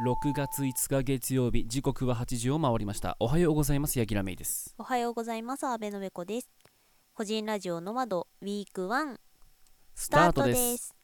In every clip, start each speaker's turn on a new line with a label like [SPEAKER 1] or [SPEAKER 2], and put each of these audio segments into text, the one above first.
[SPEAKER 1] 6月5日月曜日時刻は8時を回りましたおはようございますヤギラメイです
[SPEAKER 2] おはようございます。阿部のべこです。個人ラジオの窓ウィークワン
[SPEAKER 1] ス
[SPEAKER 2] スタートです。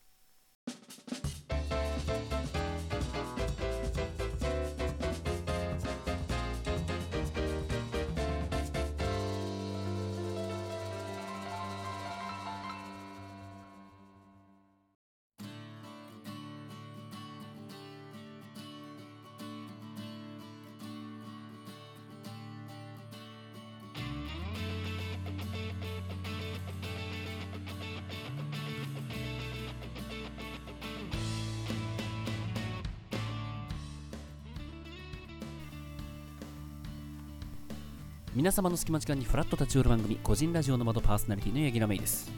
[SPEAKER 1] 皆様の隙間時間にフラッと立ち寄る番組個人ラジオの窓パーソナリティのヤギラメイですよ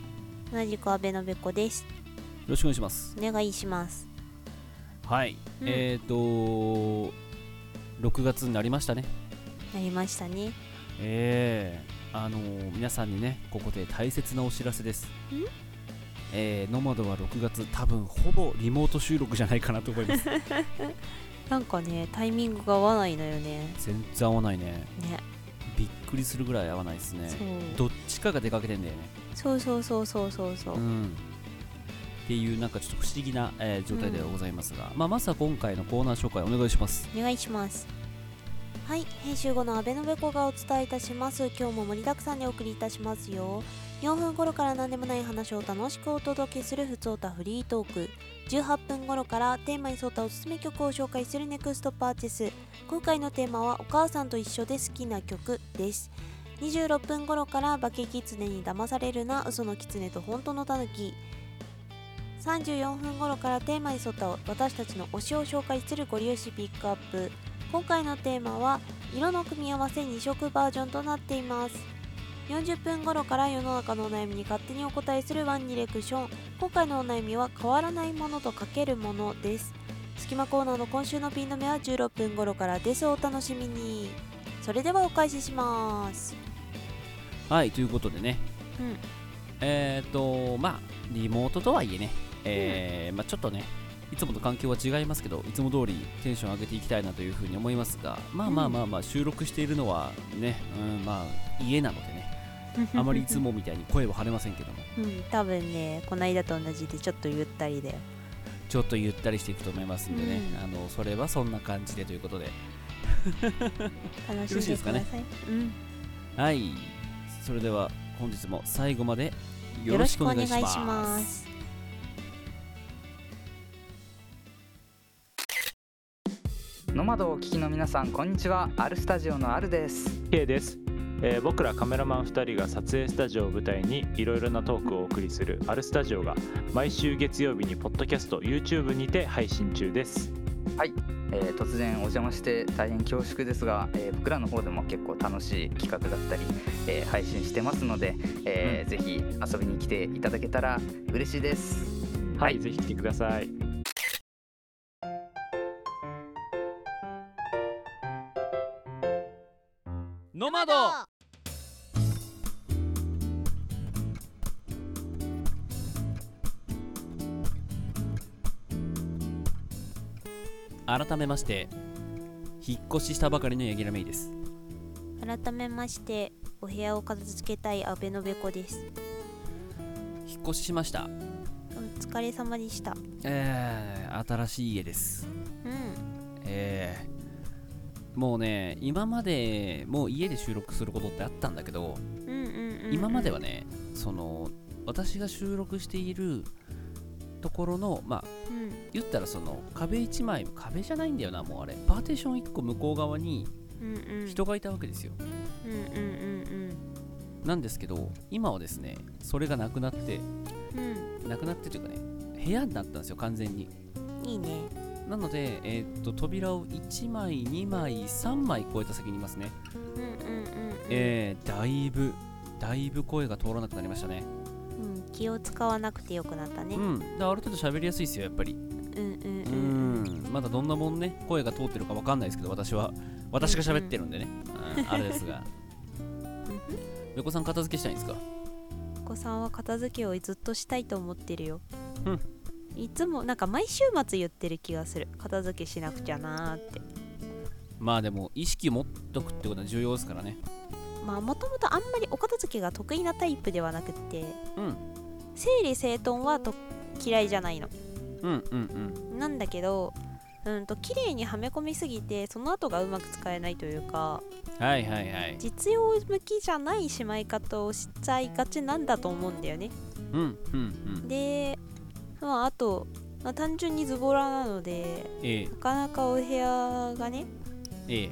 [SPEAKER 2] 同じく阿部のべこです。
[SPEAKER 1] ろしくお願いします
[SPEAKER 2] お願いします。
[SPEAKER 1] はい、
[SPEAKER 2] うん
[SPEAKER 1] えーとー6月になりましたね
[SPEAKER 2] なりましたね。
[SPEAKER 1] えー、あのー皆さんにねここで大切なお知らせですえー、ノマドは6月多分ほぼリモート収録じゃないかなと思い ます
[SPEAKER 2] なんかねタイミングが合わないのよね。
[SPEAKER 1] 全然合わないね
[SPEAKER 2] ね。
[SPEAKER 1] びっくりするぐらい合わないですねどっちかが出かけてんだよね
[SPEAKER 2] そうそうそうそうそうそうそうう。
[SPEAKER 1] んっていうなんかちょっと不思議な、えー状態ではございますが、まあまずは今回のコーナー紹介お願いします
[SPEAKER 2] お願いします。はい、編集後の阿部のべこがお伝えいたします。今日も盛りだくさんでお送りいたしますよ。4分頃から何でもない話を楽しくお届けするふつおたフリートーク。18分頃からテーマに沿ったおすすめ曲を紹介するネクストパーチェス。今回のテーマはお母さんと一緒で好きな曲です。26分頃から化けキツネに騙されるな嘘のキツネと本当のタヌキ。34分頃からテーマに沿った私たちの推しを紹介するご利用しピックアップ今回のテーマは色の組み合わせ2色バージョンとなっています40分頃から世の中のお悩みに勝手にお答えするワンディレクション今回のお悩みは変わらないものとかけるものです隙間コーナーの今週のピン止めは16分頃からですお楽しみにそれではお返しします
[SPEAKER 1] はいということでね、
[SPEAKER 2] うん
[SPEAKER 1] えっ、とまあリモートとはいえね、えーまあ、ちょっとねいつもと環境は違いますけどいつも通りテンション上げていきたいなというふうに思いますがまあまあまあまあ収録しているのはね、うん、まあ家なのでねあまりいつ、もみたいに声は張れませんけども
[SPEAKER 2] うん、多分ねこないだと同じでちょっとゆったりだよ
[SPEAKER 1] ちょっとゆったりしていくと思いますんでね、
[SPEAKER 2] うん
[SPEAKER 1] あのそれはそんな感じでということで
[SPEAKER 2] 楽し
[SPEAKER 1] よろ
[SPEAKER 2] ん
[SPEAKER 1] しいで
[SPEAKER 2] ですく
[SPEAKER 1] か
[SPEAKER 2] だ
[SPEAKER 1] ね
[SPEAKER 2] さい。うん、
[SPEAKER 1] はいそれでは本日も最後までよろしくお願いします
[SPEAKER 2] す。
[SPEAKER 3] ノマドをお聞きの皆さんこんにちはアルスタジオのアルです
[SPEAKER 4] K です、えー僕らカメラマン2人が撮影スタジオを舞台にいろいろなトークをお送りする「アルスタジオ」が毎週月曜日にポッドキャスト YouTube にて配信中です
[SPEAKER 3] えー突然お邪魔して大変恐縮ですが、えー僕らの方でも結構楽しい企画だったり、えー配信してますので、えーぜひ遊びに来ていただけたら嬉しいです
[SPEAKER 4] は、
[SPEAKER 3] はいい
[SPEAKER 4] ぜひ来てください
[SPEAKER 1] ノマ
[SPEAKER 2] ま
[SPEAKER 1] ド
[SPEAKER 2] だ。
[SPEAKER 1] 改めまして引っ越ししたばかりの柳楽芽衣です
[SPEAKER 2] 改めまして、お部屋を片付けたい阿部のべこです。
[SPEAKER 1] 引っ越ししました
[SPEAKER 2] お疲れ様でした。
[SPEAKER 1] えー、新しい家です
[SPEAKER 2] うん、
[SPEAKER 1] えー、もうね今までもう家で収録することってあったんだけど、
[SPEAKER 2] うん、うん、うん。
[SPEAKER 1] 今までは。ねその私が収録しているところのまあ
[SPEAKER 2] うん、
[SPEAKER 1] 言ったらその壁1枚壁じゃないんだよなもうあれパーテーション1個向こう側に
[SPEAKER 2] うん、うん。
[SPEAKER 1] 人。がいたわけですよ、
[SPEAKER 2] うん、うん、うん、
[SPEAKER 1] なんですけど今はですねそれがなくなって
[SPEAKER 2] うん。
[SPEAKER 1] なくなってというかね部屋になったんですよ完全に
[SPEAKER 2] うん、いいね。
[SPEAKER 1] なので、えーっと扉を1枚2枚3枚超えた先にいますね、
[SPEAKER 2] うん、うん、うん。
[SPEAKER 1] えー、だいぶだいぶ声が通らなくなりましたね
[SPEAKER 2] うん、気を使わなくてよくなったね。
[SPEAKER 1] う
[SPEAKER 2] うん、
[SPEAKER 1] んである程度喋りやすいですよやっぱり
[SPEAKER 2] うん、うん、
[SPEAKER 1] う
[SPEAKER 2] うん。
[SPEAKER 1] んまだどんなもんね声が通ってるかわかんないですけど私は私が喋ってるんでね、うんあれですが べこさん片付けしたいんですか
[SPEAKER 2] お子さんは片付けをずっとしたいと思ってるよ。いつもなんか毎週末言ってる気がする片付けしなくちゃなーって
[SPEAKER 1] まあでも意識持っとくってことは重要ですからね
[SPEAKER 2] まあもともとあんまりお片付けが得意なタイプではなくって
[SPEAKER 1] うん
[SPEAKER 2] 整理整頓はと嫌いじゃないの
[SPEAKER 1] うんうんうん
[SPEAKER 2] なんだけどうんと綺麗にはめ込みすぎてその後がうまく使えないというか
[SPEAKER 1] はいはいはい
[SPEAKER 2] 実用向きじゃないしまい方をしちゃいがちなんだと思うんだよね
[SPEAKER 1] うんうんうん
[SPEAKER 2] でまああと、まあ単純にズボラなので
[SPEAKER 1] ええ
[SPEAKER 2] なかなかお部屋がね
[SPEAKER 1] ええ
[SPEAKER 2] う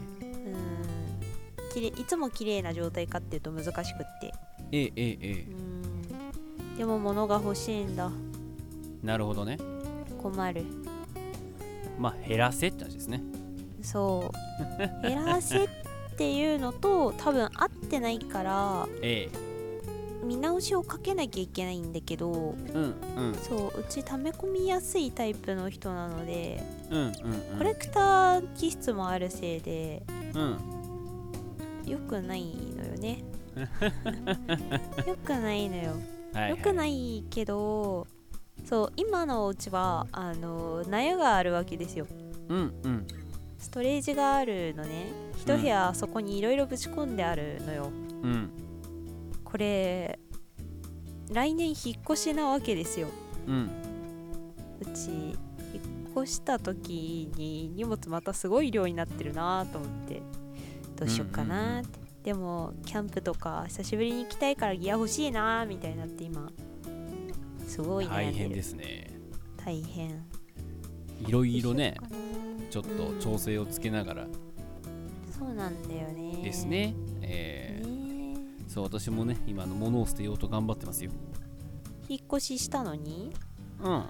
[SPEAKER 2] んきれいいつも綺麗な状態かっていうと難しくって
[SPEAKER 1] えええええ
[SPEAKER 2] うんでも物が欲しいんだ
[SPEAKER 1] えなるほどね
[SPEAKER 2] 困る
[SPEAKER 1] まあ減らせって話ですね
[SPEAKER 2] そ う減らせっていうのと多分合ってないから
[SPEAKER 1] え
[SPEAKER 2] 見直しをかけなきゃいけないんだけど
[SPEAKER 1] えうんうん
[SPEAKER 2] そううち溜め込みやすいタイプの人なので
[SPEAKER 1] うんうんうん
[SPEAKER 2] コレクター気質もあるせいで
[SPEAKER 1] うん
[SPEAKER 2] 良くないのよ ね良くないのよ
[SPEAKER 1] はい
[SPEAKER 2] 良く
[SPEAKER 1] い
[SPEAKER 2] ないけどそう今のお家はあの納屋があるわけですよ
[SPEAKER 1] うんうん
[SPEAKER 2] ストレージがあるのね一部屋そこにいろいろぶち込んであるのよ、
[SPEAKER 1] うん
[SPEAKER 2] これ来年引っ越しなわけですよ
[SPEAKER 1] うん
[SPEAKER 2] うち引っ越した時に荷物またすごい量になってるなと思ってどうしよっかなって、でもキャンプとか久しぶりに行きたいからギア欲しいなみたいになって今すごい悩
[SPEAKER 1] 大
[SPEAKER 2] んで
[SPEAKER 1] 変
[SPEAKER 2] る
[SPEAKER 1] ですね
[SPEAKER 2] 大変
[SPEAKER 1] いろいろね
[SPEAKER 2] どうしようかな
[SPEAKER 1] ちょっと調整をつけながら
[SPEAKER 2] そうなんだよね
[SPEAKER 1] ですねええ
[SPEAKER 2] ね
[SPEAKER 1] そう私もね今あの物を捨てようと頑張ってますよ
[SPEAKER 2] 引っ越ししたのに
[SPEAKER 1] うん
[SPEAKER 2] 引っ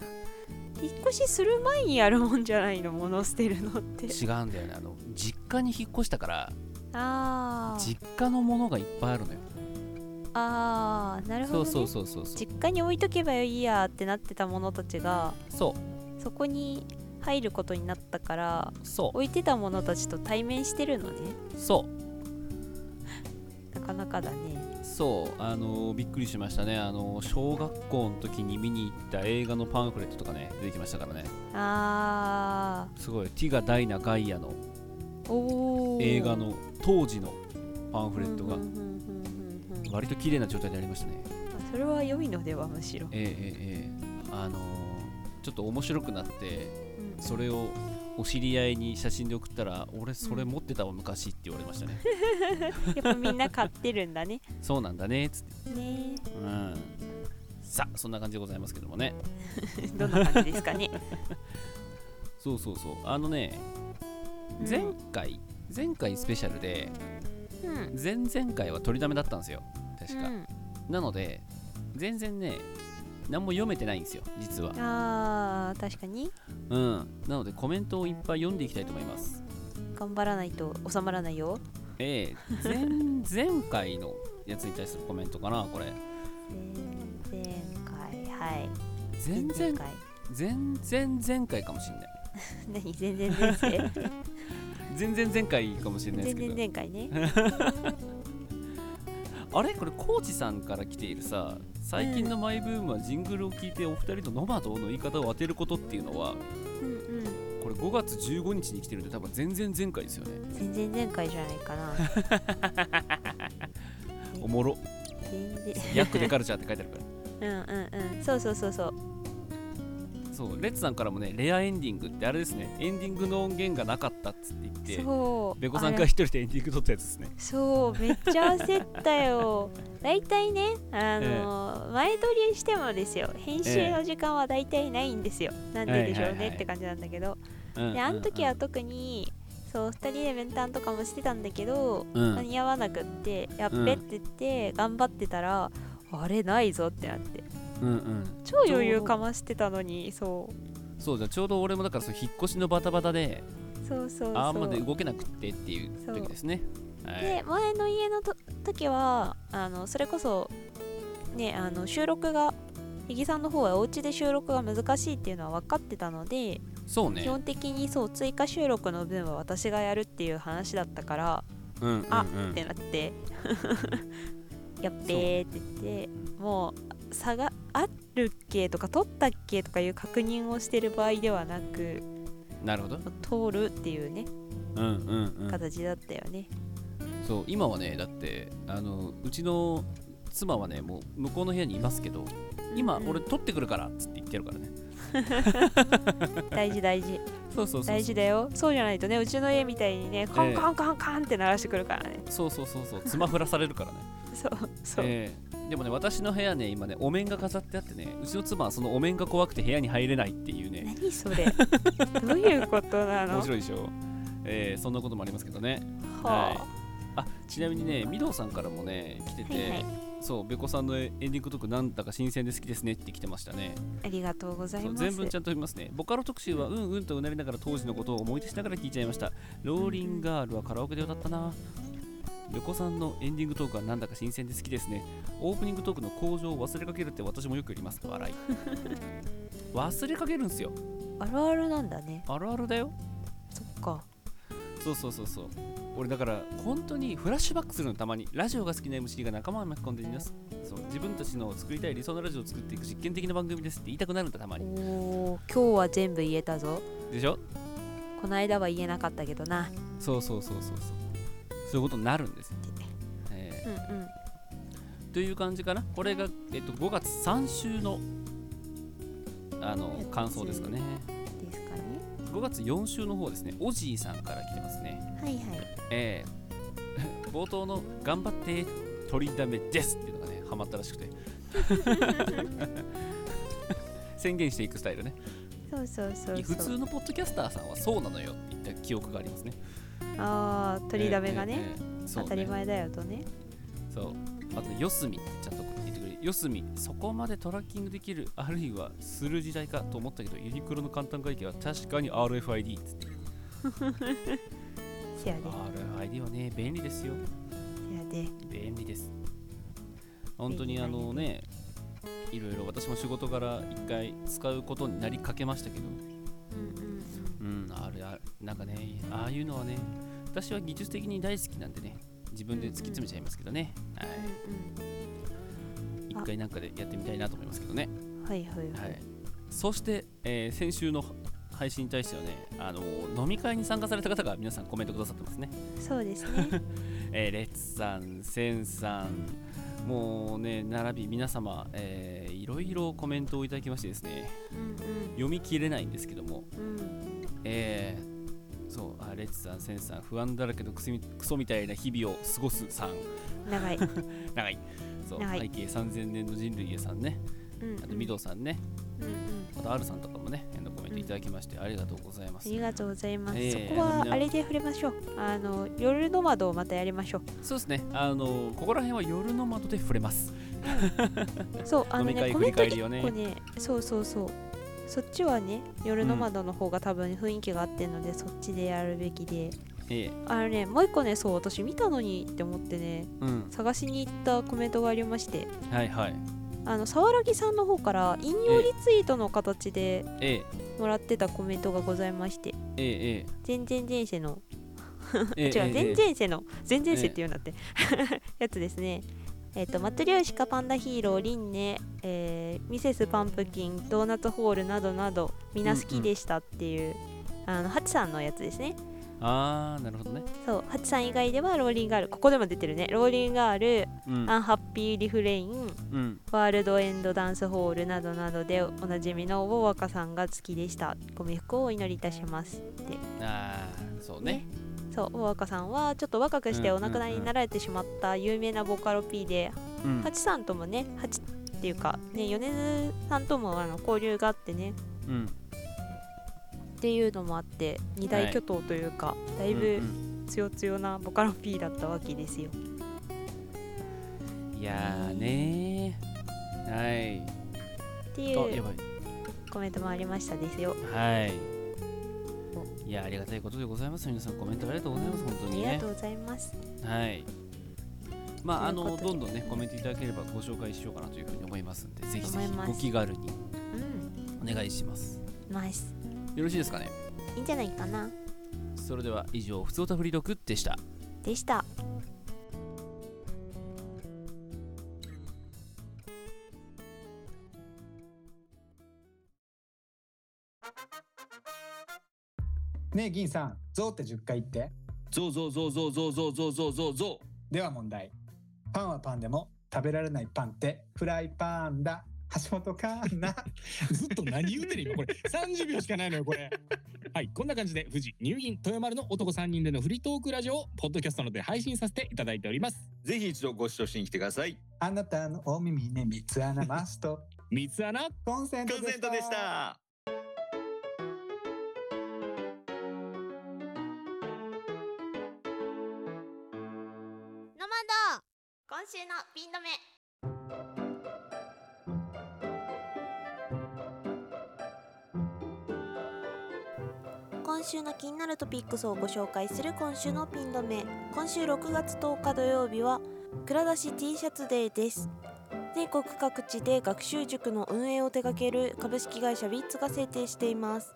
[SPEAKER 2] 越しする前にやるもんじゃないの物捨てるのって
[SPEAKER 1] 違うんだよねあの実家に引っ越したから
[SPEAKER 2] あー
[SPEAKER 1] 実家のものがいっぱいあるのよ
[SPEAKER 2] あーなるほど、
[SPEAKER 1] そ
[SPEAKER 2] ね、
[SPEAKER 1] うそうそうそうそう
[SPEAKER 2] 実家に置いとけばいいやってなってたものたちが
[SPEAKER 1] そ
[SPEAKER 2] そこに入ることになったから
[SPEAKER 1] うそう
[SPEAKER 2] 置いてたものたちと対面してるのね
[SPEAKER 1] そう
[SPEAKER 2] なかなかだね
[SPEAKER 1] そうあのーびっくりしましたねあのー小学校の時に見に行った映画のパンフレットとかね出てきましたからね
[SPEAKER 2] あ
[SPEAKER 1] すごい「ティガ・ダイナ・ガイア」の
[SPEAKER 2] ーおー
[SPEAKER 1] 映画の当時のパンフレットが
[SPEAKER 2] うんうんうんうんうんうん
[SPEAKER 1] 割と綺麗な状態でありましたね
[SPEAKER 2] それは良いのではむしろ、
[SPEAKER 1] ええええええあのーちょっと面白くなって
[SPEAKER 2] うん
[SPEAKER 1] それをお知り合いに写真で送ったら俺それ持ってたわ昔って言われましたね
[SPEAKER 2] やっぱみんな買ってるんだね
[SPEAKER 1] そうなんだ ねつって
[SPEAKER 2] ね
[SPEAKER 1] うんさあそんな感じでございますけどもね
[SPEAKER 2] えどんな感じで すかね
[SPEAKER 1] そうそうそうあのね前回、前回スペシャルで
[SPEAKER 2] うん
[SPEAKER 1] 前々回は取りだめだったんですよ確
[SPEAKER 2] う
[SPEAKER 1] か、
[SPEAKER 2] ん
[SPEAKER 1] なので全然ね何も読めてないんですよ実は
[SPEAKER 2] あー確かに
[SPEAKER 1] うんなのでコメントをいっぱい読んでいきたいと思います
[SPEAKER 2] 頑張らないと収まらないよ
[SPEAKER 1] ええ前前回のやつに対するコメントかなこれ
[SPEAKER 2] 前々回はい
[SPEAKER 1] 前
[SPEAKER 2] 前
[SPEAKER 1] 々
[SPEAKER 2] 々回
[SPEAKER 1] 前前前回かもしんない
[SPEAKER 2] 何 全然 前世
[SPEAKER 1] 前々前回かもしれないです
[SPEAKER 2] 全
[SPEAKER 1] け
[SPEAKER 2] 然
[SPEAKER 1] ど
[SPEAKER 2] 前回 ね
[SPEAKER 1] あれこれコーチさんから来ているさ最近のマイブームはジングルを聞いてお二人のノマドの言い方を当てることっていうのは
[SPEAKER 2] うんうん
[SPEAKER 1] これ5月15日に来てるんで多分全然前回ですよね
[SPEAKER 2] 全然前回じゃないかな
[SPEAKER 1] おも ろ
[SPEAKER 2] 全然
[SPEAKER 1] 「ヤックでカルチャー」って書いてあるから
[SPEAKER 2] うんうんうんそうそうそうそう
[SPEAKER 1] そうレッツさんからもねレアエンディングってあれですねエンディングの音源がなかったっつって言って
[SPEAKER 2] そう
[SPEAKER 1] ベコさん
[SPEAKER 2] あ
[SPEAKER 1] か
[SPEAKER 2] れ
[SPEAKER 1] ら一人でエンディング撮ったやつですね
[SPEAKER 2] そうめっちゃ焦っ たよ大体ねあの、前撮りしてもですよ編集の時間は大体ないんですよ、なんででしょうね、
[SPEAKER 1] はいはいはい
[SPEAKER 2] って感じなんだけど、
[SPEAKER 1] うん
[SPEAKER 2] であの時
[SPEAKER 1] う
[SPEAKER 2] は
[SPEAKER 1] ん
[SPEAKER 2] 特にそう2人で面談とかもしてたんだけど、
[SPEAKER 1] うん
[SPEAKER 2] 間に合わなくってやっべって言って頑張ってたら、あれないぞってなって
[SPEAKER 1] うんうん
[SPEAKER 2] 超余裕かましてたのにそう
[SPEAKER 1] そうじゃあちょうど俺もだからそう引っ越しのバタバタで
[SPEAKER 2] そうそうそう
[SPEAKER 1] あんまで動けなくってっていう時ですねはい
[SPEAKER 2] で前の家のと時はあのそれこそねあの収録がひぎさんの方はお家で収録が難しいっていうのは分かってたので、
[SPEAKER 1] そうね
[SPEAKER 2] 基本的にそう追加収録の分は私がやるっていう話だったから、
[SPEAKER 1] うんうんうん
[SPEAKER 2] あってなって やっべーって言ってもう差があるるっけとか撮ったっけとかいう確認をしてる場合ではなく
[SPEAKER 1] なるほど
[SPEAKER 2] 通るっていうね
[SPEAKER 1] うんうんうん
[SPEAKER 2] 形だったよね、
[SPEAKER 1] そう今はねだってあのうちの妻はねもう向こうの部屋にいますけど今
[SPEAKER 2] うんうん
[SPEAKER 1] 俺取ってくるからっつって言ってやるからね
[SPEAKER 2] 大事大事
[SPEAKER 1] そうそうそうそう
[SPEAKER 2] 大事だよそうじゃないとねうちの家みたいにねカンカンカンカンって鳴らしてくるからね、
[SPEAKER 1] そうそうそうそうつまふらされるからね、
[SPEAKER 2] そう そう、
[SPEAKER 1] ええでもね私の部屋ね今ねお面が飾ってあってねうちの妻はそのお面が怖くて部屋に入れないっていうね
[SPEAKER 2] 何そ れどういうことなの
[SPEAKER 1] 面白いでしょ、ええそんなこともありますけどねはい
[SPEAKER 2] は
[SPEAKER 1] あちなみにね、みどうさんからもね、来てて、
[SPEAKER 2] はいはい
[SPEAKER 1] そう、べこさんのエンディングトーク、なんだか新鮮で好きですねって来てましたね。
[SPEAKER 2] あ、ありがとうござい
[SPEAKER 1] そう
[SPEAKER 2] ます
[SPEAKER 1] 全文ちゃんと読みますね。ボカロ特集はうんうんとうなりながら当時のことを思い出しながら聞いちゃいました。ローリンガールはカラオケで歌ったな。べこさんのエンディングトークはなんだか新鮮で好きですね。オープニングトークの向上を忘れかけるって私もよく言います。笑い。 忘れかけるんすよ。
[SPEAKER 2] あるあるなんだね
[SPEAKER 1] あるあるだよ。
[SPEAKER 2] そっか
[SPEAKER 1] そうそうそうそう俺だから本当にフラッシュバックするのたまにラジオが好きな MC が仲間を巻き込んでいますそう自分たちの作りたい理想のラジオを作っていく実験的な番組ですって言いたくなるんだたまに
[SPEAKER 2] おー今日は全部言えたぞ
[SPEAKER 1] でしょ
[SPEAKER 2] この間は言えなかったけどな
[SPEAKER 1] そうそうそうそうそうそういうことになるんですよ、え
[SPEAKER 2] うんうん
[SPEAKER 1] ーという感じかなこれが、えっと、5月3週のあの感想ですかね
[SPEAKER 2] ですかね
[SPEAKER 1] 5月4週の方ですねおじいさんから来てますね
[SPEAKER 2] はいはい
[SPEAKER 1] えー 冒頭の「頑張って取りだめです」っていうのがねハマったらしくて 宣言していくスタイルね
[SPEAKER 2] そうそうそうそう
[SPEAKER 1] 普通のポッドキャスターさんはそうなのよって言った記憶がありますね
[SPEAKER 2] ああ取りだめが
[SPEAKER 1] え
[SPEAKER 2] ね、
[SPEAKER 1] ーえーえーそう
[SPEAKER 2] 当たり前だよとね
[SPEAKER 1] そうあと四隅ちゃんと聞いてくれる四隅そこまでトラッキングできる あるいはする時代かと思ったけどユニクロの簡単会計は確かに RFID っつって
[SPEAKER 2] せやで
[SPEAKER 1] RFID はね便利ですよ
[SPEAKER 2] せやで
[SPEAKER 1] 便利です本当にあの
[SPEAKER 2] 便利
[SPEAKER 1] ねいろいろ私も仕事から一回使うことになりかけましたけどうんあれあなんかねああいうのはね私は技術的に大好きなんでね自分で突き詰めちゃいますけどね、は
[SPEAKER 2] あ
[SPEAKER 1] い、一回なんかでやってみたいなと思いますけどね、
[SPEAKER 2] はいはいは、
[SPEAKER 1] はいい、そして、えー先週の配信に対してはねあの飲み会に参加された方が皆さんコメントくださってますね
[SPEAKER 2] そうです ね
[SPEAKER 1] えーレッツさん、センさん、もうね、並び皆様、えーいろいろコメントをいただきましてですね、
[SPEAKER 2] うん
[SPEAKER 1] 読み切れないんですけども、
[SPEAKER 2] うんうん
[SPEAKER 1] えーそうあ、レッツさん、センさん、不安だらけのクソみクソみたいな日々を過ごすさん、
[SPEAKER 2] 長い、
[SPEAKER 1] 長い、そう、
[SPEAKER 2] 長い
[SPEAKER 1] 背景3000年の人類へさんね、
[SPEAKER 2] うん
[SPEAKER 1] あと、ミドさんね、
[SPEAKER 2] うんうん
[SPEAKER 1] あと、R さんとかもね、あのコメントいただきまして、ありがとうございま
[SPEAKER 2] あ
[SPEAKER 1] す
[SPEAKER 2] り。がとうございます、
[SPEAKER 1] ええ
[SPEAKER 2] そこは
[SPEAKER 1] あの
[SPEAKER 2] あれで触れましょうあの夜の窓をまたやりましょう
[SPEAKER 1] そうですね、あのここら辺は夜の窓で触れます。
[SPEAKER 2] そうあ
[SPEAKER 1] 飲
[SPEAKER 2] の
[SPEAKER 1] み会
[SPEAKER 2] ねコメント
[SPEAKER 1] 振り返
[SPEAKER 2] 結
[SPEAKER 1] りを
[SPEAKER 2] 構
[SPEAKER 1] ね
[SPEAKER 2] ねそうそうそうそっちはね夜の窓の方が多分雰囲気があってるので、そっちでやるべきで
[SPEAKER 1] え
[SPEAKER 2] あのねもう一個ねそう私見たのにって思ってね
[SPEAKER 1] ーうん、
[SPEAKER 2] 探しに行ったコメントがありまして
[SPEAKER 1] はいはい。
[SPEAKER 2] あの沢良木さんの方から引用リツイートの形で
[SPEAKER 1] えー、
[SPEAKER 2] もらってたコメントがございまして
[SPEAKER 1] えー、 えー
[SPEAKER 2] 全然前世の
[SPEAKER 1] えー、え
[SPEAKER 2] 違う、
[SPEAKER 1] ー
[SPEAKER 2] 前前世の前前世っていうんだって、 やつですねえっ、とマトリョーシカパンダヒーローリンネ、えーミセスパンプキンドーナツホールなどなどみんな好きでしたっていう、あのハチさんのやつですね
[SPEAKER 1] あー、なるほどね。
[SPEAKER 2] そうハチさん以外ではローリンガールここでも出てるねローリンガール、
[SPEAKER 1] うん
[SPEAKER 2] アンハッピーリフレイン
[SPEAKER 1] うん、
[SPEAKER 2] ワールドエンドダンスホールなどなどでおなじみの大若さんが好きでしたご冥福をお祈りいたします
[SPEAKER 1] ああそうね
[SPEAKER 2] そう大若さんはちょっと若くしてお亡くなりになられてしまった有名なボカロ P で
[SPEAKER 1] うん
[SPEAKER 2] ハチさんともねハチっていうかね米津さんともあの交流があってね
[SPEAKER 1] うん
[SPEAKER 2] っていうのもあって二大巨頭というか、だいぶ
[SPEAKER 1] うん
[SPEAKER 2] 強強なボカロ P だったわけですよ。
[SPEAKER 1] うんいやーねーはい
[SPEAKER 2] ってい
[SPEAKER 1] あや
[SPEAKER 2] う
[SPEAKER 1] ばい
[SPEAKER 2] コメントもありましたですよ。
[SPEAKER 1] はいいやーありがたいことでございます皆さんコメントありがとうございます本当
[SPEAKER 2] あ
[SPEAKER 1] に
[SPEAKER 2] りが
[SPEAKER 1] ね
[SPEAKER 2] とうございます。
[SPEAKER 1] はいまああ
[SPEAKER 2] という
[SPEAKER 1] の
[SPEAKER 2] ことで
[SPEAKER 1] どんどんねコメントいただければご紹介しようかなというふうに思いますんでぜひぜ
[SPEAKER 2] 思いま
[SPEAKER 1] ひ
[SPEAKER 2] す
[SPEAKER 1] ご気軽に
[SPEAKER 2] うん、
[SPEAKER 1] お願いします
[SPEAKER 2] ナイス。
[SPEAKER 1] よろしいですかね
[SPEAKER 2] いいんじゃないかな。
[SPEAKER 1] それでは以上「ふつおたフリードク」でした
[SPEAKER 2] でした。
[SPEAKER 5] ねえ銀さんゾウって10回言って
[SPEAKER 6] ゾウゾウゾウゾウゾウゾウゾウゾウゾウゾ
[SPEAKER 5] では問題パンはパンでも食べられないパンってフライパンだ橋本環奈
[SPEAKER 6] ウずっと何言うてる今これ30秒しかないのよこれはいこんな感じで富士入銀豊丸の男3人でのフリートークラジオをポッドキャストなどで配信させていただいております
[SPEAKER 7] ぜひ一度ご視聴しに来てください。
[SPEAKER 5] あなたのお耳に三つ穴マスト
[SPEAKER 6] 三つ穴
[SPEAKER 5] コンセン
[SPEAKER 7] コ
[SPEAKER 5] ト
[SPEAKER 7] ンセントでした。
[SPEAKER 2] ノマド今週のピン止め今週の気になるトピックスをご紹介する今週のピン止め今週6月10日土曜日は蔵出し T シャツデーです全国各地で学習塾の運営を手掛ける株式会社 WITS が制定しています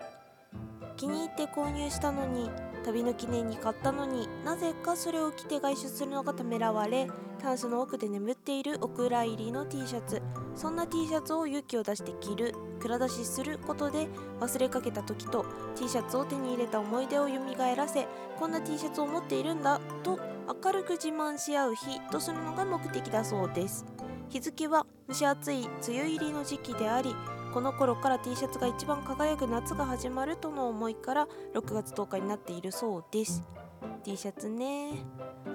[SPEAKER 2] 気に入って購入したのに旅の記念に買ったのになぜかそれを着て外出するのがためらわれタンスの奥で眠っているオクラ入りの T シャツそんな T シャツを勇気を出して着る蔵出しすることで忘れかけた時と T シャツを手に入れた思い出を蘇らせこんな T シャツを持っているんだと明るく自慢し合う日とするのが目的だそうです日付は蒸し暑い梅雨入りの時期でありこの頃から T シャツが一番輝く夏が始まるとの思いから6月10日になっているそうです T シャツね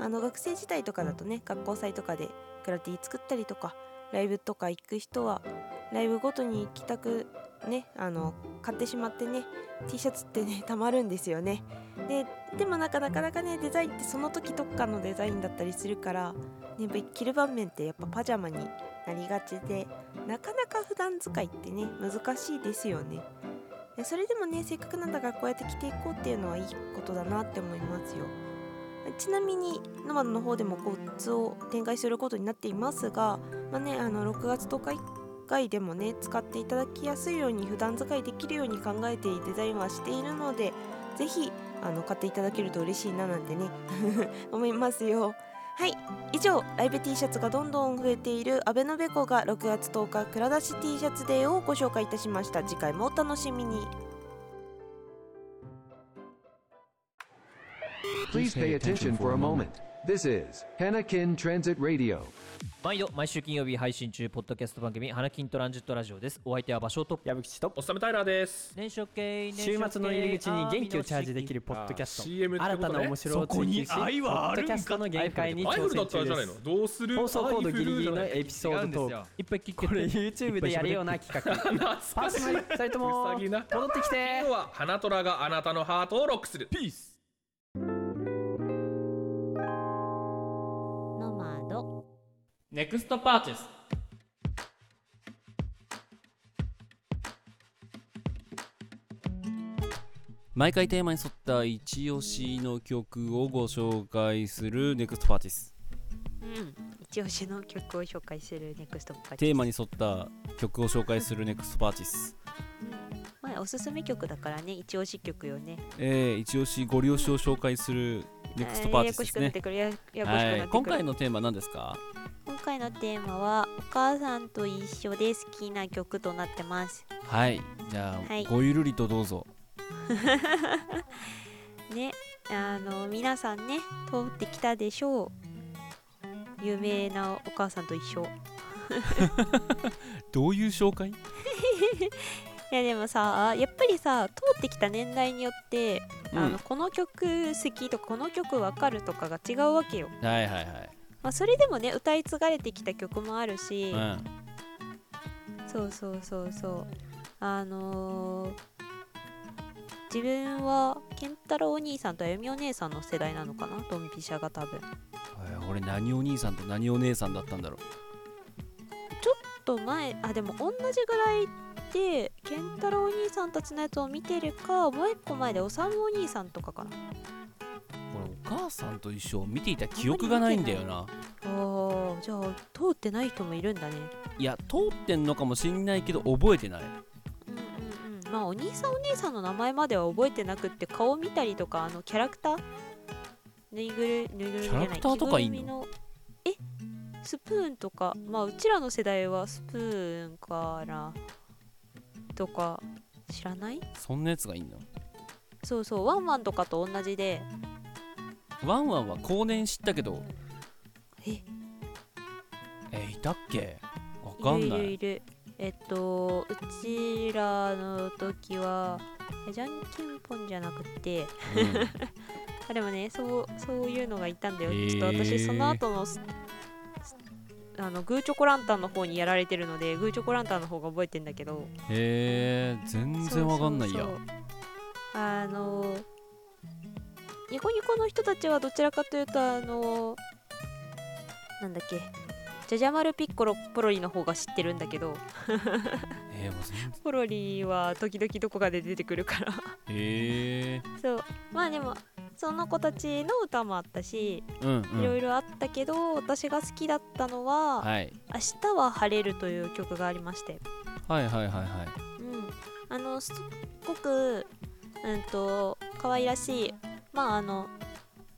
[SPEAKER 2] あの学生時代とかだとね学校祭とかでグラティ作ったりとかライブとか行く人はライブごとに行きたくねあの買ってしまってね T シャツってねたまるんですよねででもなんかなかなかねデザインってその時とかのデザインだったりするから、ね、やっぱり着る場面ってやっぱパジャマになりがちでなかなか普段使いってね難しいですよねでそれでもねせっかくなんだからこうやって着ていこうっていうのはいいことだなって思いますよちなみにノマドの方でもグッズを展開することになっていますが、まあね、あの6月10日以外でもね使っていただきやすいように普段使いできるように考えてデザインはしているのでぜひあの買っていただけると嬉しいななんてね 思いますよはい以上ライブ T シャツがどんどん増えているアベノベコが6月10日蔵出し T シャツデーをご紹介いたしました次回もお楽しみに
[SPEAKER 8] Please pay attention for a moment. This is Hanakin Transit Radio.
[SPEAKER 9] 毎度毎週金曜日配信中ポッドキャスト番組「花金トランジットラジオ」ですお相手は場所と
[SPEAKER 10] 矢吹とおさめタイラーです
[SPEAKER 9] 年初系
[SPEAKER 10] 週末の入り口に元気をチャージできるポッドキャスト、新たな面白を追求しポッドキャストの限界に挑戦中です
[SPEAKER 11] どうする
[SPEAKER 10] 放送コードギリギリのエピソードトーク
[SPEAKER 9] いっぱい聞け
[SPEAKER 10] これ YouTube でやるような企画パーソナリティ2人とも戻ってきて
[SPEAKER 11] 今日は花虎があなたのハートをロックするピース
[SPEAKER 2] ノマド
[SPEAKER 10] ネクストパーチェス
[SPEAKER 1] 毎回テーマに沿った一押しの曲をご紹介するネクストパーティス
[SPEAKER 2] うん、一押しの曲を紹介するネクストパーテ
[SPEAKER 1] テ
[SPEAKER 2] ィ
[SPEAKER 1] ーマに沿った曲を紹介するネクストパーティス
[SPEAKER 2] まあおすすめ曲だからね一押し曲よね
[SPEAKER 1] えー、一押しご利用しを紹介するネクストパーティスです
[SPEAKER 2] ややこしくなっ
[SPEAKER 1] ね
[SPEAKER 2] てくるややこしくなって
[SPEAKER 1] は
[SPEAKER 2] く
[SPEAKER 1] い
[SPEAKER 2] る
[SPEAKER 1] 今回のテーマは何ですか
[SPEAKER 2] 今回のテーマはお母さんと一緒で好きな曲となってます
[SPEAKER 1] はいじゃあ、
[SPEAKER 2] はい
[SPEAKER 1] ごゆるりとどうぞ
[SPEAKER 2] ねあの皆さんね通ってきたでしょう有名なお母さんと一緒
[SPEAKER 1] どういう紹介
[SPEAKER 2] いやでもさやっぱりさ通ってきた年代によって、あのこの曲好きとかこの曲わかるとかが違うわけよ、
[SPEAKER 1] はいはいはい、
[SPEAKER 2] まあ、それでもね歌い継がれてきた曲もあるし、
[SPEAKER 1] うん、
[SPEAKER 2] そうそうそうそうあのー自分は健太郎お兄さんとあゆみお姉さんの世代なのかなドンピシャが多分ちょ
[SPEAKER 1] えー俺何お兄さんと何お姉さんだったんだろ
[SPEAKER 2] っと前あでも同じぐらいで健太郎お兄さんたちのやつを見てるかもう一個前でおさむお兄さんとかかな
[SPEAKER 1] う俺お母さんと一緒を見ていた記憶がないんだよな
[SPEAKER 2] あーじゃあ通ってない人もいるんだね
[SPEAKER 1] いや通ってんのかもしんないけど覚えてない
[SPEAKER 2] うんうんうんまあお兄さんお姉さんの名前までは覚えてなくって顔見たりとかあのキャラクターぬいぐるぬいぐるみじゃない
[SPEAKER 1] キャラクターとかいんの
[SPEAKER 2] 着ぐるみえスプーンとかまあうちらの世代はスプーンからとか知らない
[SPEAKER 1] そんなやつがいいんだ
[SPEAKER 2] そうそうワンワンとかと同じで
[SPEAKER 1] ワンワンは後年知ったけど
[SPEAKER 2] え
[SPEAKER 1] えいたっけわかんない
[SPEAKER 2] るいるいるえっとうちらの時はえじゃんけんぽんじゃなくて、
[SPEAKER 1] うん
[SPEAKER 2] あでもねそうそういうのがいたんだよ、
[SPEAKER 1] へー
[SPEAKER 2] ちょっと私その後のすすあのグーチョコランタンの方にやられてるのでグーチョコランタンの方が覚えてんだけど
[SPEAKER 1] へえ全然わかんないや
[SPEAKER 2] そうそうそうあのニコニコの人たちはどちらかというとあのなんだっけじゃじゃ丸ピッコロポロリの方が知ってるんだけど
[SPEAKER 1] えーもう全
[SPEAKER 2] ポロリは時々どこかで出てくるから
[SPEAKER 1] へえ
[SPEAKER 2] そうまあでもその子たちの歌もあったし、
[SPEAKER 1] うんうん
[SPEAKER 2] いろいろあったけど私が好きだったのは「
[SPEAKER 1] はい
[SPEAKER 2] 明日は晴れる」という曲がありまして、
[SPEAKER 1] はいはいはいはい
[SPEAKER 2] うん、あのすっごく、うん、と可愛らしいまああの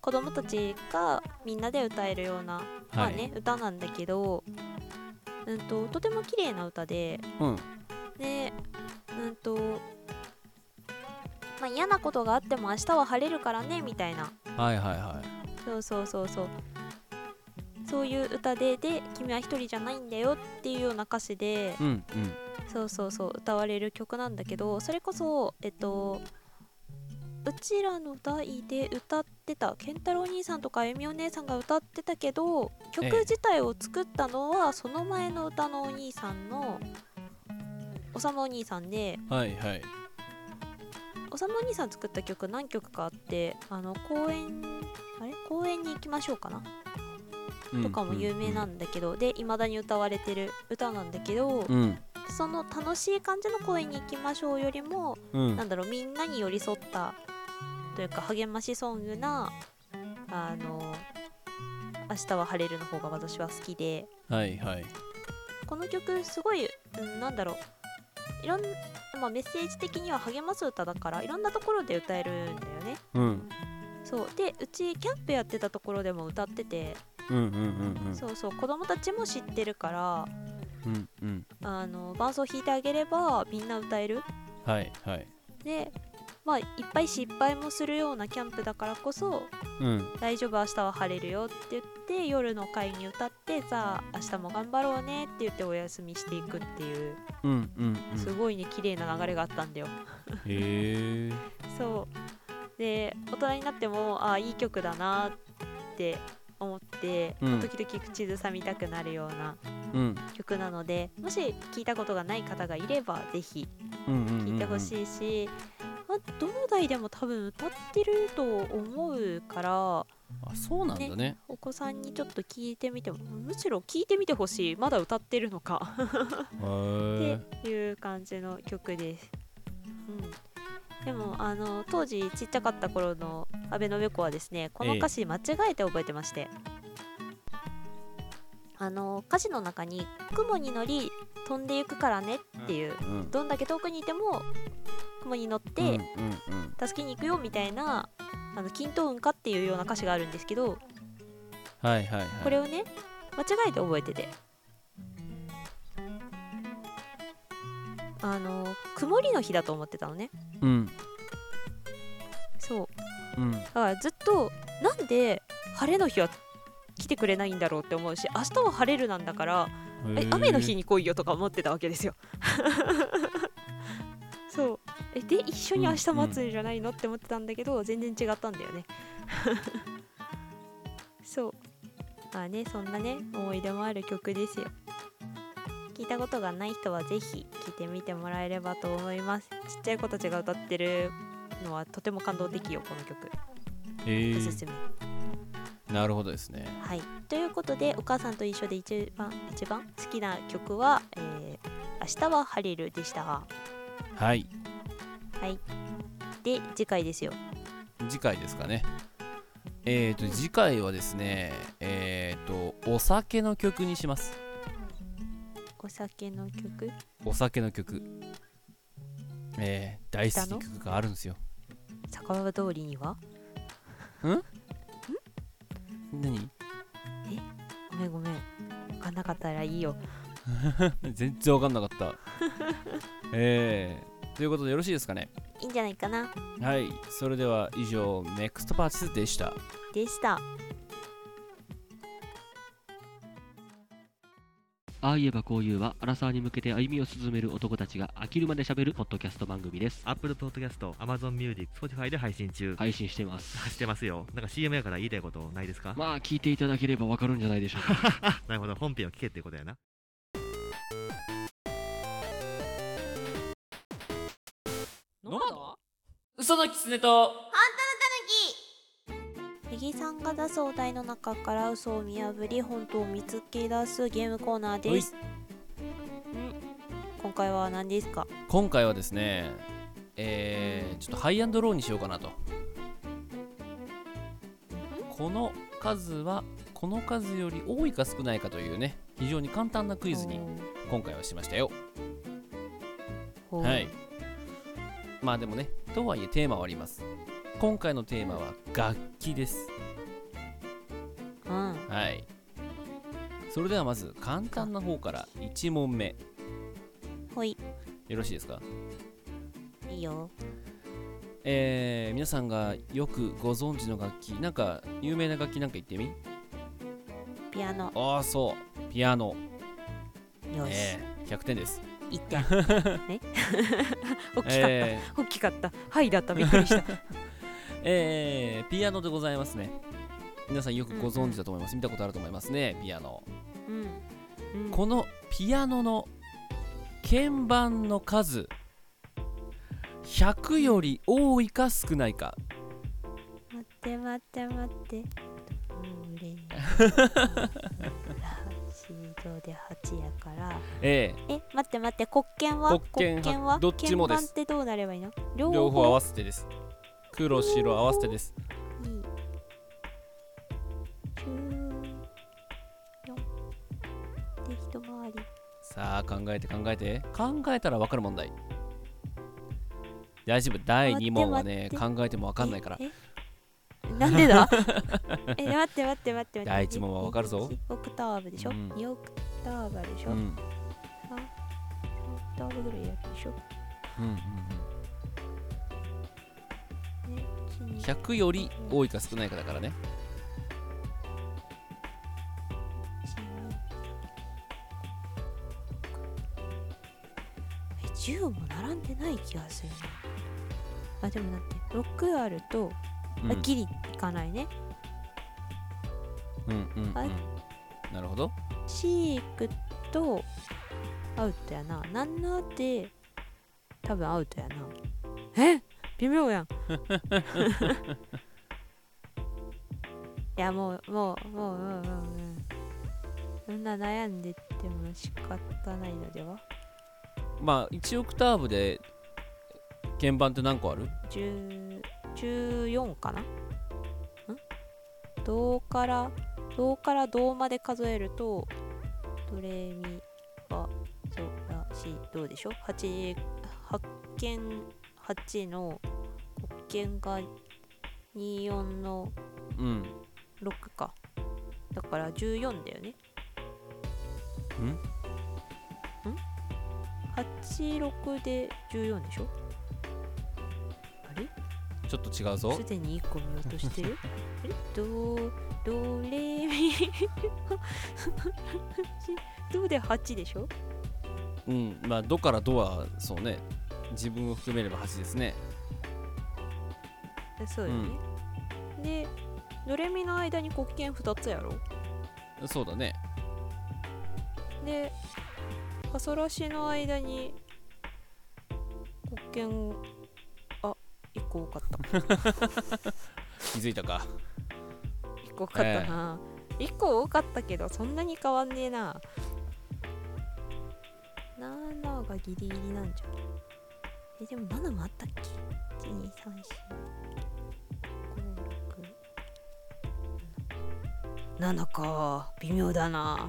[SPEAKER 2] 子供たちがみんなで歌えるような、まあね、歌なんだけど、うん、ととても綺麗な歌で
[SPEAKER 1] うん
[SPEAKER 2] でうんとまあ嫌なことがあっても明日は晴れるからねみたいな
[SPEAKER 1] はいはいは
[SPEAKER 2] そうそうそうそうそういう歌でで君は一人じゃないんだよっていうような歌詞で、
[SPEAKER 1] いうんうん
[SPEAKER 2] そうそうそう歌われる曲なんだけどそれこそえっとうちらの代で歌ってた健太郎兄さんとかあゆみお姉さんが歌ってたけど曲
[SPEAKER 1] ええ
[SPEAKER 2] 自体を作ったのはその前の歌のお兄さんのおさむお兄さんで
[SPEAKER 1] はいはい
[SPEAKER 2] おさむお兄さん作った曲何曲かあってあの公園あれ公園に行きましょうかなとかも有名なんだけど、でいまだに歌われてる歌なんだけど、
[SPEAKER 1] うん
[SPEAKER 2] その楽しい感じの公園に行きましょうよりも、
[SPEAKER 1] うん
[SPEAKER 2] なんだろうみんなに寄り添ったというか励ましソングなあの「明日は晴れる」の方が私は好きで
[SPEAKER 1] はいはい
[SPEAKER 2] この曲すごい、うん、なんだろういろん、まあ、メッセージ的には励ます歌だからいろんなところで歌えるんだよね。
[SPEAKER 1] うん
[SPEAKER 2] そうでうちキャンプやってたところでも歌ってて、
[SPEAKER 1] うんうんうんうん
[SPEAKER 2] そうそう子供たちも知ってるから
[SPEAKER 1] うんうん
[SPEAKER 2] あの伴奏弾いてあげればみんな歌える
[SPEAKER 1] はいはい
[SPEAKER 2] でまあいっぱい失敗もするようなキャンプだからこそ
[SPEAKER 1] うん
[SPEAKER 2] 「大丈夫明日は晴れるよ」って言って夜の会に歌って「さあ明日も頑張ろうね」って言ってお休みしていくっていう
[SPEAKER 1] うんうんうん
[SPEAKER 2] すごいね綺麗な流れがあったんだよ。
[SPEAKER 1] へえ
[SPEAKER 2] そうで大人になってもああいい曲だなって思って、
[SPEAKER 1] うん
[SPEAKER 2] 時々口ずさみたくなるような
[SPEAKER 1] うん
[SPEAKER 2] 曲なのでもし聞いたことがない方がいればぜひ
[SPEAKER 1] うんうん
[SPEAKER 2] 聞いてほしいし、まあ、どの代でも多分歌ってると思うから
[SPEAKER 1] あそうなんだね
[SPEAKER 2] お子さんにちょっと聞いてみてもむしろ聞いてみてほしいまだ歌ってるのか
[SPEAKER 1] へ
[SPEAKER 2] っていう感じの曲です、うん、でもあの当時ちっちゃかった頃の阿部のべ子はですねこの歌詞間違えて覚えてまして、あの歌詞の中に「雲に乗り飛んでいくからね」っていう、
[SPEAKER 1] うんうん
[SPEAKER 2] どんだけ遠くにいても雲に乗って、
[SPEAKER 1] うんうん
[SPEAKER 2] 助けに行くよみたいなあの均等運かっていうような歌詞があるんですけど
[SPEAKER 1] はいはいはい
[SPEAKER 2] これをね間違えて覚えててあの曇りの日だと思ってたのね
[SPEAKER 1] うん
[SPEAKER 2] そう
[SPEAKER 1] うん
[SPEAKER 2] だからずっとなんで晴れの日は来てくれないんだろうって思うし明日は晴れるなんだから
[SPEAKER 1] へ
[SPEAKER 2] え
[SPEAKER 1] ー
[SPEAKER 2] 雨の日に来いよとか思ってたわけですよ そうえで一緒に明日待つんじゃないのって思ってたんだけど全然違ったんだよね そうまあねそんなね思い出もある曲ですよ聞いたことがない人はぜひ聞いてみてもらえればと思いますちっちゃい子たちが歌ってるのはとても感動的よこの曲
[SPEAKER 1] へえ
[SPEAKER 2] おすすめ
[SPEAKER 1] なるほどですね
[SPEAKER 2] はい、ということで「お母さんと一緒」で一番一番好きな曲は「えー明日は晴れる」でした。は
[SPEAKER 1] はい
[SPEAKER 2] い、で次回ですよ。
[SPEAKER 1] 次回ですかねえーと次回はですねえーとお酒の曲にします
[SPEAKER 2] お酒の曲
[SPEAKER 1] お酒の曲えー大好きな曲があるんですよ
[SPEAKER 2] 酒場通りには
[SPEAKER 1] ん 何
[SPEAKER 2] えごめんごめん分かんなかったらいいよ。
[SPEAKER 1] 全然わかんなかったえということでよろしいですかね
[SPEAKER 2] いいんじゃないかな
[SPEAKER 1] はいそれでは以上ネクストパーティスでした
[SPEAKER 2] でした
[SPEAKER 12] ああ言えばこう言うは、アラサーに向けて歩みを進める男たちが飽きるまで喋るポッドキャスト番組です。
[SPEAKER 13] Apple Podcast、Amazon Music、Spotify で配信中。
[SPEAKER 12] 配信してます。
[SPEAKER 13] してますよ。なんか CM やから言いたいことないですか、
[SPEAKER 12] まあ、聞いていただければわかるんじゃないでしょうか。
[SPEAKER 13] なるほど、本編を聞けってことやな。
[SPEAKER 14] ノマド嘘の狐と
[SPEAKER 2] 右さんが出すお題の中から嘘を見破り本当を見つけ出すゲームコーナーですん今回は何ですか
[SPEAKER 1] 今回はですねえー、ちょっとハイアンドローにしようかなとこの数はこの数より多いか少ないかというね非常に簡単なクイズに今回はしましたよ
[SPEAKER 2] ほう
[SPEAKER 1] はいまあでもねとはいえテーマはあります今回のテーマは楽器です
[SPEAKER 2] うん
[SPEAKER 1] はいそれではまず簡単な方から1問目
[SPEAKER 2] ほい
[SPEAKER 1] よろしいですか
[SPEAKER 2] いいよ
[SPEAKER 1] えー、皆さんがよくご存知の楽器なんか有名な楽器なんか言ってみ
[SPEAKER 2] ピアノ
[SPEAKER 1] ああそうピアノ
[SPEAKER 2] よし
[SPEAKER 1] えー100点です
[SPEAKER 2] 1点 え大きか
[SPEAKER 1] え
[SPEAKER 2] った、大きかったはいだったびっく りした
[SPEAKER 1] えー、ピアノでございますね皆さんよくご存知だと思います、見たことあると思いますねピアノ
[SPEAKER 2] うんうん
[SPEAKER 1] このピアノの鍵盤の数100より多いか少ないか
[SPEAKER 2] 待って待って待って。どれ八度で八やから。
[SPEAKER 1] え
[SPEAKER 2] え、待って待って、黒鍵は
[SPEAKER 1] 黒鍵は
[SPEAKER 2] は
[SPEAKER 1] どっちもです
[SPEAKER 2] 鍵盤ってどうなればいいの両
[SPEAKER 1] 両
[SPEAKER 2] 方
[SPEAKER 1] 方合わせてです黒白合わせてです
[SPEAKER 2] で一回り。
[SPEAKER 1] さあ考えて考えて考えたら分かる問題大丈夫第2問はね
[SPEAKER 2] 待って待
[SPEAKER 1] 考えても分かんないから
[SPEAKER 2] ええなんでだ え、待って待って待って待って。
[SPEAKER 1] 第1問は分かるぞ
[SPEAKER 2] 一オクターブでしょ、
[SPEAKER 1] う
[SPEAKER 2] うんオクターブあるでしょ、
[SPEAKER 1] うん
[SPEAKER 2] あオクターブぐらいやるでしょ
[SPEAKER 1] うんうん
[SPEAKER 2] ね一
[SPEAKER 1] うん
[SPEAKER 2] 二
[SPEAKER 1] 100より多いか少ないかだからね
[SPEAKER 2] え10も並んでない気がするなあでもだって6あると、
[SPEAKER 1] うん
[SPEAKER 2] あギリいかないね
[SPEAKER 1] うんうん、うん
[SPEAKER 2] はい
[SPEAKER 1] なるほど
[SPEAKER 2] チークとアウトやな7で多分アウトやなえ微妙やんいやもうもうもうもうもうもうそんな悩んでっても仕方ないのでは
[SPEAKER 1] まあ1オクターブで鍵盤って何個ある
[SPEAKER 2] 10 14かなん銅から銅から銅まで数えるとドレミファソラシドでしょ8発見8の国見が24の
[SPEAKER 1] うん
[SPEAKER 2] 6かだから14だよね
[SPEAKER 1] ん
[SPEAKER 2] 86で14でしょあれ
[SPEAKER 1] ちょっと違うぞ
[SPEAKER 2] すでに1個見落としてるあれどどれみ どで8でしょ
[SPEAKER 1] うんまあドからドはそうね自分を含めれば8ですね
[SPEAKER 2] えそうよね、でドレミの間に黒鍵2つやろ
[SPEAKER 1] そうだね
[SPEAKER 2] でパソラシの間に黒鍵あ一1個多かった
[SPEAKER 1] 気づいたか
[SPEAKER 2] 1個多かったな、一1個多かったけどそんなに変わんねえな7がギリギリなんじゃんえでも7もあったっけ1 2 3 4 5 6 7か微妙だな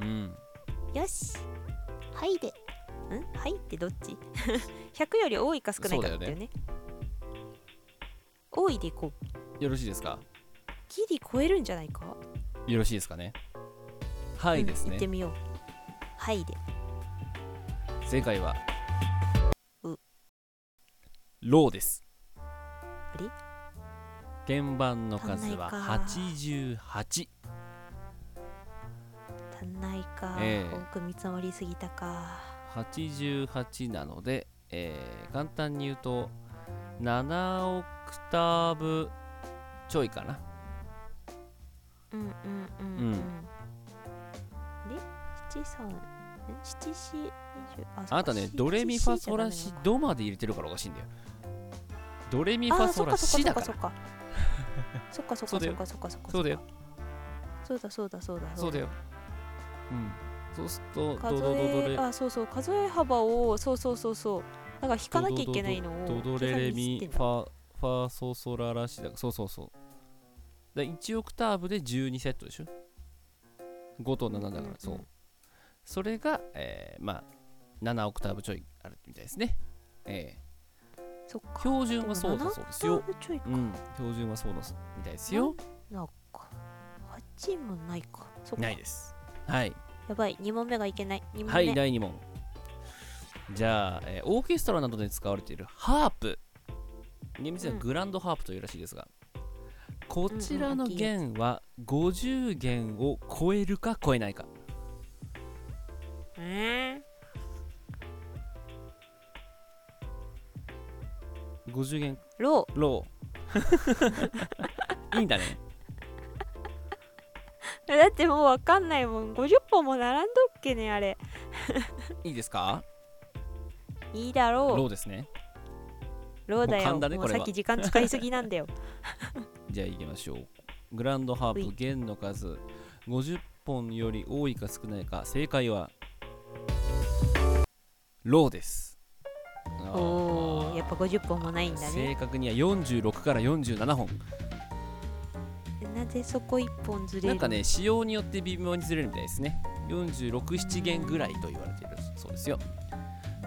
[SPEAKER 1] うん
[SPEAKER 2] よしはいでんはいってどっち 100より多いか少ないかだったよね多いでこう
[SPEAKER 1] よろしいですか
[SPEAKER 2] ギリ超えるんじゃないか
[SPEAKER 1] よろしいですかねはいです
[SPEAKER 2] 行
[SPEAKER 1] ね
[SPEAKER 2] ってみようはいで
[SPEAKER 1] 正解はローです
[SPEAKER 2] あれ
[SPEAKER 1] 鍵盤の
[SPEAKER 2] 足ん
[SPEAKER 1] 数
[SPEAKER 2] ないか
[SPEAKER 1] は88
[SPEAKER 2] 足んないか、
[SPEAKER 1] ええ
[SPEAKER 2] 多く見積もりすぎたか
[SPEAKER 1] 88なので、えー簡単に言うと7オクターブちょいかな
[SPEAKER 2] うんうんうん
[SPEAKER 1] うん
[SPEAKER 2] で七三え七四二十あそっ
[SPEAKER 1] あ
[SPEAKER 2] か
[SPEAKER 1] なたね
[SPEAKER 2] 七
[SPEAKER 1] ドレミファ
[SPEAKER 2] 七
[SPEAKER 1] ソラ
[SPEAKER 2] じ
[SPEAKER 1] シドまで入れてるからおかしいんだよドレミファソラシだから
[SPEAKER 2] ゃダメなのかあそっかそっ
[SPEAKER 1] そ
[SPEAKER 2] か
[SPEAKER 1] うだ
[SPEAKER 2] そっ
[SPEAKER 1] よ
[SPEAKER 2] かそっかそっか
[SPEAKER 1] そうだよ
[SPEAKER 2] そうだそうだそうだ
[SPEAKER 1] そうだようんそうすると
[SPEAKER 2] 数
[SPEAKER 1] ドドドドレ
[SPEAKER 2] えあそうそう数え幅をそうそうそうそうだから引かなきゃいけないのを
[SPEAKER 1] ドドドドレレミファファソソララシだそうそうそうだ1オクターブで12セットでしょ5と7だから、そうそれが、えーまあ7オクターブちょいあるみたいですねえ
[SPEAKER 2] え
[SPEAKER 1] 標準はそうだそうですよ
[SPEAKER 2] でも七オクターブちょいか
[SPEAKER 1] うん標準はそうだそうみたいですよ
[SPEAKER 2] なんか八もないかそっか
[SPEAKER 1] ないですはい
[SPEAKER 2] やばい二問目がいけない二問目
[SPEAKER 1] はい、第2問。じゃあ、えーオーケストラなどで使われているハープ。厳密にはグランドハープというらしいですが、こちらの弦は50弦を超えるか超えないか。
[SPEAKER 2] え
[SPEAKER 1] 50弦。
[SPEAKER 2] ロ
[SPEAKER 1] ー。ロ ー。いいんだね。
[SPEAKER 2] ーだってもうわかんないもん50本も並んどっけねあれ
[SPEAKER 1] いいですか
[SPEAKER 2] いいだろう
[SPEAKER 1] ローですね。
[SPEAKER 2] ローだ
[SPEAKER 1] もう
[SPEAKER 2] よ
[SPEAKER 1] 勘だね
[SPEAKER 2] も
[SPEAKER 1] こ
[SPEAKER 2] う
[SPEAKER 1] れは
[SPEAKER 2] さっき時間使いすぎなんだよ
[SPEAKER 1] じゃあ行きましょう。グランドハープ弦の数50本より多いか少ないか正解はローです。 あー
[SPEAKER 2] おーやっぱ50本もないんだ
[SPEAKER 1] 正
[SPEAKER 2] ね
[SPEAKER 1] 確には46から47本
[SPEAKER 2] なぜそこ1本ずれる
[SPEAKER 1] なんかね仕様によって微妙にずれるみたいですね467弦ぐらいと言われているそうですよ、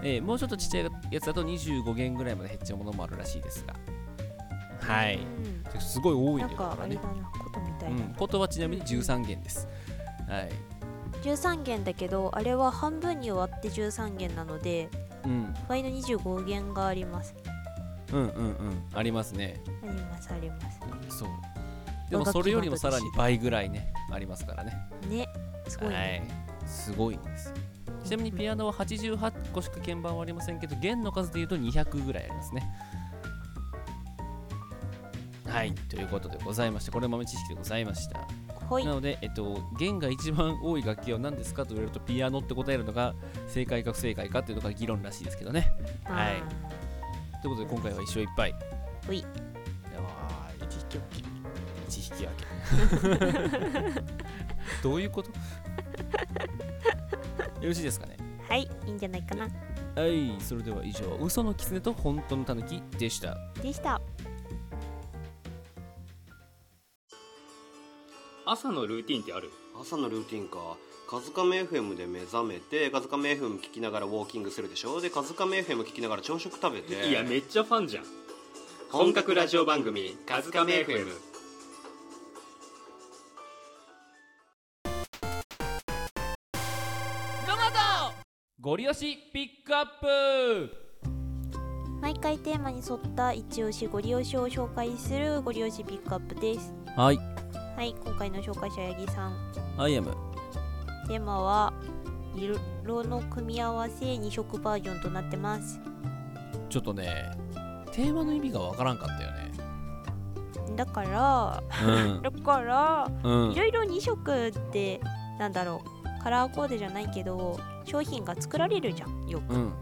[SPEAKER 1] えーもうちょっとちっちゃいやつだと25弦ぐらいまで減っちゃうものもあるらしいですがはいすごい多いんだよ
[SPEAKER 2] なん
[SPEAKER 1] だ
[SPEAKER 2] か
[SPEAKER 1] から
[SPEAKER 2] あれ
[SPEAKER 1] ね
[SPEAKER 2] だなことみた
[SPEAKER 1] う
[SPEAKER 2] いな、
[SPEAKER 1] んことはちなみに13弦ですはい
[SPEAKER 2] 13弦だけどあれは半分に割って13弦なので
[SPEAKER 1] うん
[SPEAKER 2] 倍の25弦があります
[SPEAKER 1] うんうんうんありますね
[SPEAKER 2] ありますあります
[SPEAKER 1] そうでもそれよりもさらに倍ぐらいねありますからね
[SPEAKER 2] ねすごいね、
[SPEAKER 1] はい、すごいんですよちなみにピアノは88個しか鍵盤はありませんけど弦の数でいうと200ぐらいありますねはいということでございましてこれ豆知識でございました
[SPEAKER 2] ほい
[SPEAKER 1] なので、えっと、弦が一番多い楽器は何ですかと言われるとピアノって答えるのが正解か不正解かっていうのが議論らしいですけどね
[SPEAKER 2] あー
[SPEAKER 1] はいということで今回は一勝いっぱい
[SPEAKER 2] ほい
[SPEAKER 1] あー一引き分 け一引き分けどういうことよろしいですかね
[SPEAKER 2] はいいいんじゃないかな
[SPEAKER 1] はいそれでは以上嘘の狐と本当の狸でした
[SPEAKER 2] でした
[SPEAKER 15] 朝のルーティンってある 朝のルーティンかカズカメ FM で目覚めてカズカメ FM 聞きながらウォーキングするでしょでカズカメ FM 聞きながら朝食食べて
[SPEAKER 16] いやめっちゃファンじゃん
[SPEAKER 15] 本格ラジオ番組カズカメ FM
[SPEAKER 14] ロマト
[SPEAKER 1] ゴリ押しピックアップ
[SPEAKER 2] 毎回テーマに沿った一押しご利用しを紹介するご利用しピックアップです
[SPEAKER 1] はい
[SPEAKER 2] はい今回の紹介者八木さん
[SPEAKER 1] アイアム
[SPEAKER 2] テーマは色の組み合わせ2色バージョンとなってます
[SPEAKER 1] ちょっとねテーマの意味がわからんかったよね
[SPEAKER 2] だから、
[SPEAKER 1] うん
[SPEAKER 2] だから、
[SPEAKER 1] うん
[SPEAKER 2] いろいろ2色ってなんだろうカラーコーデじゃないけど商品が作られるじゃんよ
[SPEAKER 1] うんうん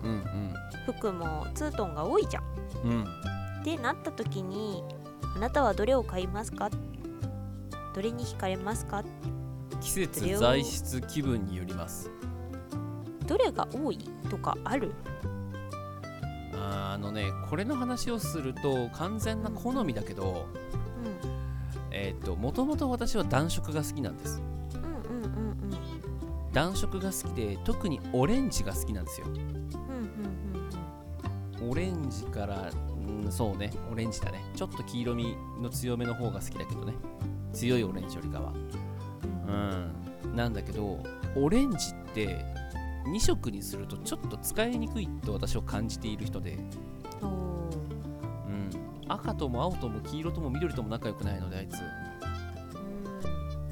[SPEAKER 2] 服もツートンが多いじゃん
[SPEAKER 1] うんうん
[SPEAKER 2] ってなった時にあなたはどれを買いますかどれに惹かれますか
[SPEAKER 1] 季節材質気分によります
[SPEAKER 2] どれが多いとかある
[SPEAKER 1] あーあのねこれの話をすると完全な好みだけど、えっ、ともともと私は暖色が好きなんです
[SPEAKER 2] うんうんうんうん
[SPEAKER 1] 暖色が好きで特にオレンジが好きなんですよ
[SPEAKER 2] うんうん
[SPEAKER 1] オレンジからうんそうねオレンジだねちょっと黄色みの強めの方が好きだけどね強いオレンジよりかはうんなんだけどオレンジって2色にするとちょっと使いにくいと私は感じている人で赤とも青とも黄色とも緑とも仲良くないのであいつ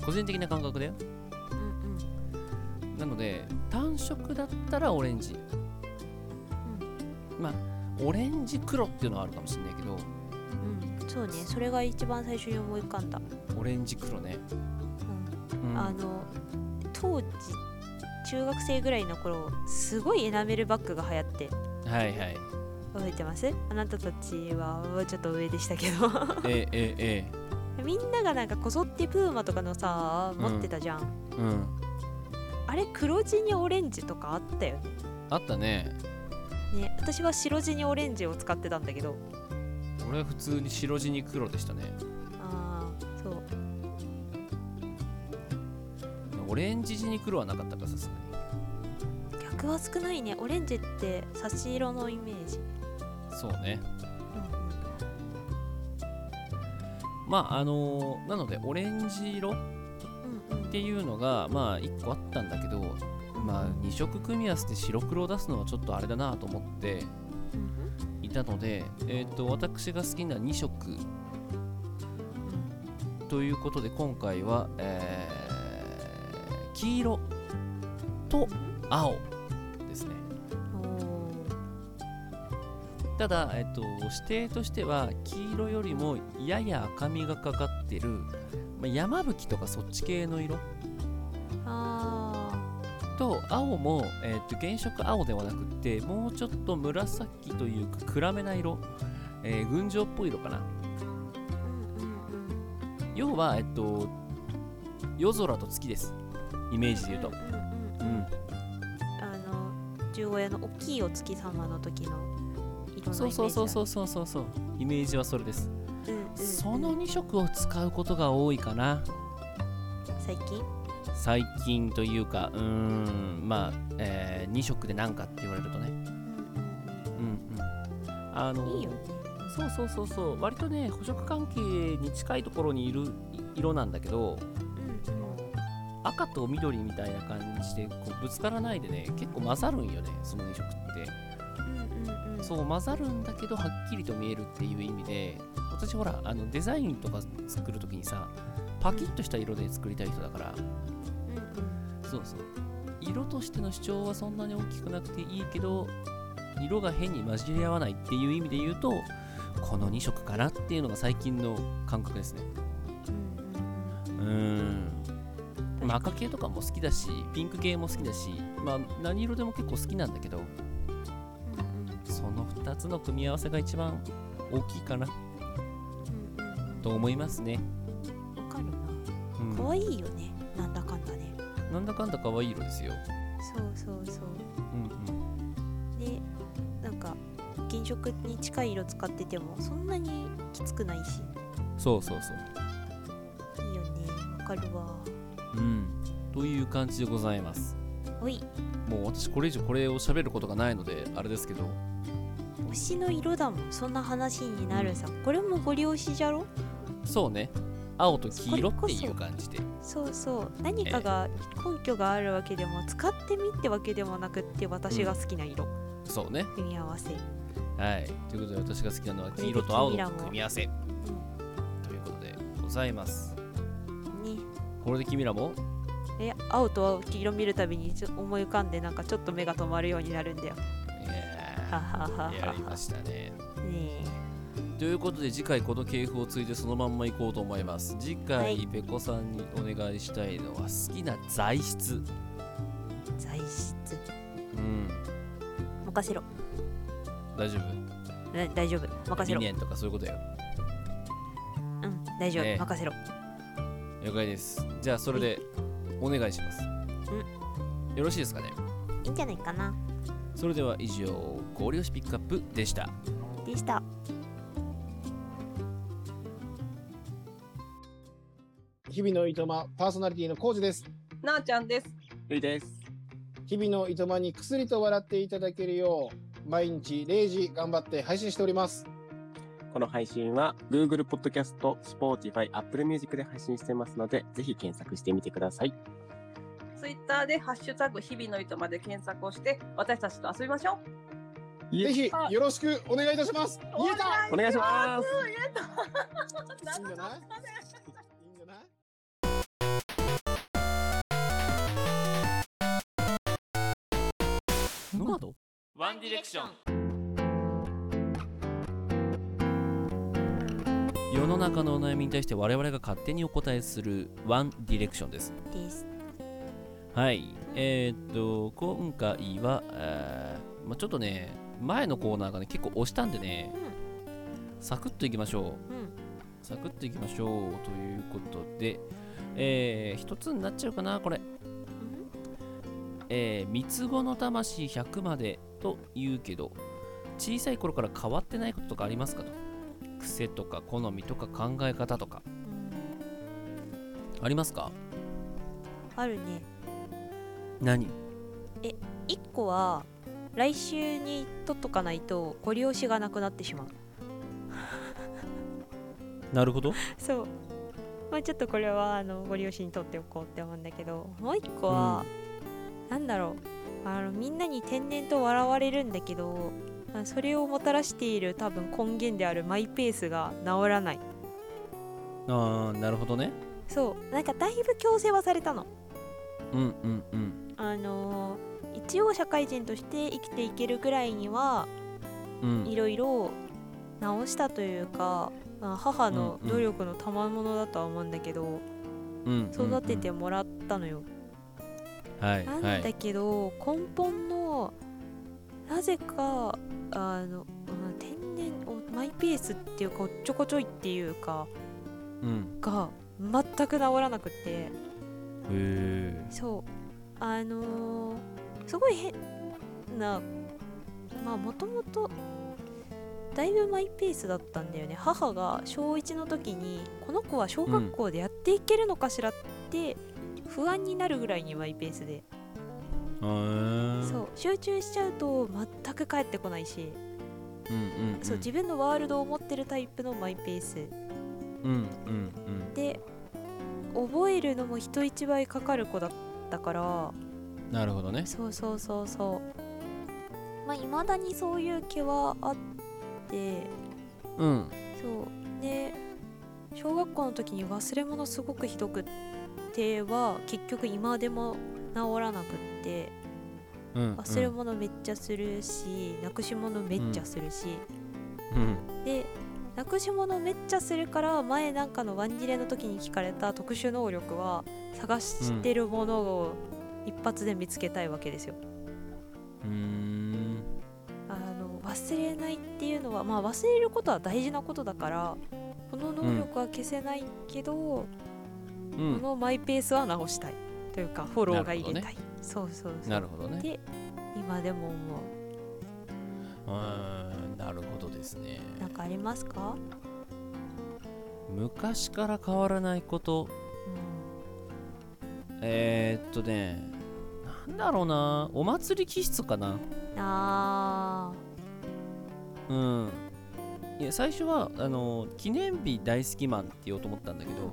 [SPEAKER 1] 個人的な感覚だよなので単色だったらオレンジまあオレンジ黒っていうのはあるかもしれないけど
[SPEAKER 2] うんそうねそれが一番最初に思い浮かんだ、
[SPEAKER 1] オレンジ黒ねうん
[SPEAKER 2] あの当時中学生ぐらいの頃すごいエナメルバッグが流行って
[SPEAKER 1] はいはい
[SPEAKER 2] 覚えてますあなたたちはもうちょっと上でしたけど
[SPEAKER 1] えええ
[SPEAKER 2] みんながなんかこぞってプーマとかのさ
[SPEAKER 1] うん
[SPEAKER 2] 持ってたじゃん、
[SPEAKER 1] えうん
[SPEAKER 2] あれ黒地にオレンジとかあったよ
[SPEAKER 1] あったね
[SPEAKER 2] ねね私は白地にオレンジを使ってたんだけど
[SPEAKER 1] 俺は普通に白地に黒でしたね
[SPEAKER 2] ああそう
[SPEAKER 1] オレンジ地に黒はなかったかさすがに
[SPEAKER 2] 逆は少ないねオレンジって差し色のイメージ
[SPEAKER 1] そうね。まああのーなのでオレンジ色っていうのがまあ1個あったんだけど、まあ2色組み合わせて白黒を出すのはちょっとあれだなと思っていたので、えっ、と私が好きな2色ということで今回は、えー黄色と青ですね。ただ、えっと、指定としては黄色よりもやや赤みがかかってる、まあ、山吹とかそっち系の色と青も、えっと、原色青ではなくってもうちょっと紫というか暗めな色、えー群青っぽい色かな要は、えっと、夜空と月ですイメージで言うとうん
[SPEAKER 2] あの十五夜の大きいお月様の時の色のイメージだ
[SPEAKER 1] そうそうそうそうそうそうそうイメージはそれですその2色を使うことが多いかな
[SPEAKER 2] 最近
[SPEAKER 1] 最近というかうーんまあ、え2色で何かって言われるとねうんうんあの
[SPEAKER 2] いいよね
[SPEAKER 1] そうそうそうそう割とね補色関係に近いところにいるい色なんだけど、赤と緑みたいな感じでこうぶつからないでね結構混ざるんよねその2色って、そう混ざるんだけどはっきりと見えるっていう意味で私ほらあのデザインとか作るときにさパキッとした色で作りたい人だから、そうそう色としての主張はそんなに大きくなくていいけど色が変に混じり合わないっていう意味で言うとこの2色かなっていうのが最近の感覚ですねうーんまあ赤系とかも好きだしピンク系も好きだしまあ何色でも結構好きなんだけどその2つの組み合わせが一番大きいかなと思いますね
[SPEAKER 2] わかるな
[SPEAKER 1] うん
[SPEAKER 2] 可愛いよねなんだかんだね
[SPEAKER 1] なんだかんだ可愛い色ですよ
[SPEAKER 2] そうそうそう
[SPEAKER 1] うんうん
[SPEAKER 2] でなんか原色に近い色使っててもそんなにきつくないし
[SPEAKER 1] そうそうそう
[SPEAKER 2] いいよねわかるわ
[SPEAKER 1] うん、という感じでございます。
[SPEAKER 2] おい
[SPEAKER 1] もう私これ以上これを喋ることがないのであれですけど
[SPEAKER 2] 推しの色だもんそんな話になるさ、これもごり押しじゃろ
[SPEAKER 1] そうね青と黄色っていう感じで
[SPEAKER 2] そうそう何かが根拠があるわけでも、使ってみってわけでもなくって私が好きな色、
[SPEAKER 1] そうね
[SPEAKER 2] 組み合わせ
[SPEAKER 1] はいということで私が好きなのは
[SPEAKER 2] こ
[SPEAKER 1] 黄
[SPEAKER 2] れで
[SPEAKER 1] 色と青
[SPEAKER 2] 君ら
[SPEAKER 1] の
[SPEAKER 2] も
[SPEAKER 1] 組み合わせということでございます
[SPEAKER 2] ね
[SPEAKER 1] これで君らも
[SPEAKER 2] え青と青黄色見るたびにちょ思い浮かんでなんかちょっと目が止まるようになるんだよはははは
[SPEAKER 1] やりましたね
[SPEAKER 2] ね
[SPEAKER 1] ということで次回この系譜を継いでそのまんま行こうと思います次
[SPEAKER 2] は
[SPEAKER 1] 回
[SPEAKER 2] い
[SPEAKER 1] ペコさんにお願いしたいのは好きな材質
[SPEAKER 2] え材質
[SPEAKER 1] うん
[SPEAKER 2] 任せろ
[SPEAKER 1] 大丈夫
[SPEAKER 2] な大丈夫任せろ
[SPEAKER 1] 理念とかそういうことよ
[SPEAKER 2] うん大丈夫、
[SPEAKER 1] ええ
[SPEAKER 2] 任せろ
[SPEAKER 1] 了解ですじゃあそれでお願いしますよろしいですかね
[SPEAKER 2] いいんじゃないかな
[SPEAKER 1] それでは以上ゴリ押しピックアップでした
[SPEAKER 2] でした
[SPEAKER 16] 日々のいとまパーソナリティのコウジです
[SPEAKER 17] なあちゃんです。
[SPEAKER 16] ゆいです日々のいとまに薬と笑っていただけるよう毎日0時頑張って配信しております
[SPEAKER 18] この配信は Google Podcast、Spotify、Apple Music で配信してますので、ぜひ検索してみてください。
[SPEAKER 17] ツイッターでハッシュタグ日々の糸まで検索をして私たちと遊びましょう。
[SPEAKER 16] ぜひよろしくお願いいたします。言えた。。
[SPEAKER 18] お願いします
[SPEAKER 17] いいんじゃない
[SPEAKER 1] ノマド
[SPEAKER 14] ワンディレクション
[SPEAKER 1] 世の中のお悩みに対して我々が勝手にお答えするワンディレクションです。
[SPEAKER 2] です。
[SPEAKER 1] はい、えーっと、今回は、えーまあ、ちょっとね、前のコーナーがね、結構押したんでね、サクッといきましょう。
[SPEAKER 2] うん
[SPEAKER 1] サクッといきましょうということで、えー、一つになっちゃうかな、これ。えー、三つ子の魂100までと言うけど、小さい頃から変わってないこととかありますかと。癖とか好みとか考え方とか。ありますか
[SPEAKER 2] あるね。
[SPEAKER 1] 何
[SPEAKER 2] え、一個は来週に取っとかないとご利用しがなくなってしまう。
[SPEAKER 1] なるほど。
[SPEAKER 2] そう。まあちょっとこれはあのご利用しに取っておこうって思うんだけど、もう一個は、なんだろう。あのみんなに天然と笑われるんだけど、あそれをもたらしている多分根源であるマイペースが治らない。
[SPEAKER 1] あー、なるほどね。
[SPEAKER 2] そう。なんかだいぶ強制はされたの。
[SPEAKER 1] うんうんうん。
[SPEAKER 2] あのー一応社会人として生きていけるぐらいには
[SPEAKER 1] うん
[SPEAKER 2] いろいろ直したというか、まあ、母の
[SPEAKER 1] うんうん
[SPEAKER 2] 努力の賜物だとは思うんだけど、
[SPEAKER 1] うん
[SPEAKER 2] 育ててもらったのよ。
[SPEAKER 1] はい
[SPEAKER 2] なんだけど、根本のなぜかあの、うん天然おマイペースっていうかおっちょこちょいっていうか
[SPEAKER 1] うん
[SPEAKER 2] が全く治らなくって。
[SPEAKER 1] へえ
[SPEAKER 2] そうあのーすごい変なまあもともとだいぶマイペースだったんだよね母が小1の時にこの子は小学校でやっていけるのかしらって不安になるぐらいにマイペースで、そう集中しちゃうと全く帰ってこないし、
[SPEAKER 1] うんうん
[SPEAKER 2] そう自分のワールドを持ってるタイプのマイペース
[SPEAKER 1] うんうん
[SPEAKER 2] で覚えるのも人一倍かかる子だったから
[SPEAKER 1] うんなるほどね
[SPEAKER 2] そうそうそうそうまあいまだにそういう気はあって
[SPEAKER 1] うん
[SPEAKER 2] そうで小学校の時に忘れ物すごくひどくっては結局今でも治らなくって
[SPEAKER 1] うん
[SPEAKER 2] 忘れ物めっちゃするし、なくし物めっちゃするし、
[SPEAKER 1] うん
[SPEAKER 2] でなくし物めっちゃするから前なんかのワンディレの時に聞かれた特殊能力は探してるものを一発で見つけたいわけですよ。
[SPEAKER 1] うん
[SPEAKER 2] あの忘れないっていうのは、まあ、忘れることは大事なことだからこの能力は消せないけど、
[SPEAKER 1] うん
[SPEAKER 2] このマイペースは直したいというかフォローが入れ
[SPEAKER 1] な
[SPEAKER 2] たい、そうそうそう
[SPEAKER 1] なるほどね
[SPEAKER 2] で今でも思
[SPEAKER 1] うーんなるほどですね
[SPEAKER 2] うなんかありますか
[SPEAKER 1] 昔から変わらないこと、えー、っとねなんだろうなお祭り気質かな
[SPEAKER 2] あ
[SPEAKER 1] うんいや最初はあの記念日大好きマンって言おうと思ったんだけど、うん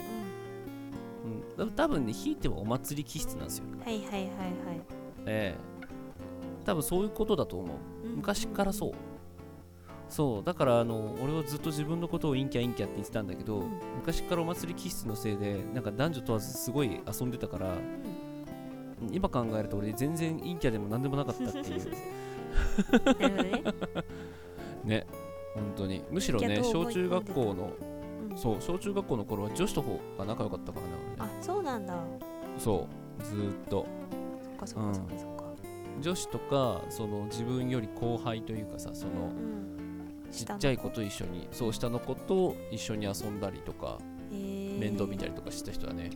[SPEAKER 1] 多分ねひいてはお祭り気質なんですよ
[SPEAKER 2] ーはいはいはいはい
[SPEAKER 1] ええ多分そういうことだと思う
[SPEAKER 2] うん
[SPEAKER 1] 昔からそうそうだからあの俺はずっと自分のことを陰キャ陰キャって言ってたんだけど、昔からお祭り気質のせいでなんか男女問わずすごい遊んでたから、今考えると俺全然陰キャでも何でもなかったって いう ね本当にむしろ
[SPEAKER 2] 陰
[SPEAKER 1] ね
[SPEAKER 2] キャと
[SPEAKER 1] 小
[SPEAKER 2] 思い込
[SPEAKER 1] 中
[SPEAKER 2] んでた
[SPEAKER 1] 学校の、
[SPEAKER 2] うん
[SPEAKER 1] そう小中学校の頃は女子と方が仲良かったからね俺ね
[SPEAKER 2] あそうなんだ
[SPEAKER 1] そうずーっと
[SPEAKER 2] そっかそっかそっかそっか、
[SPEAKER 1] 女子とかその自分より後輩というかさその、ちっちゃい子と一緒にそう下の子と一緒に遊んだりとか、
[SPEAKER 2] へー
[SPEAKER 1] 面倒見たりとかした人だね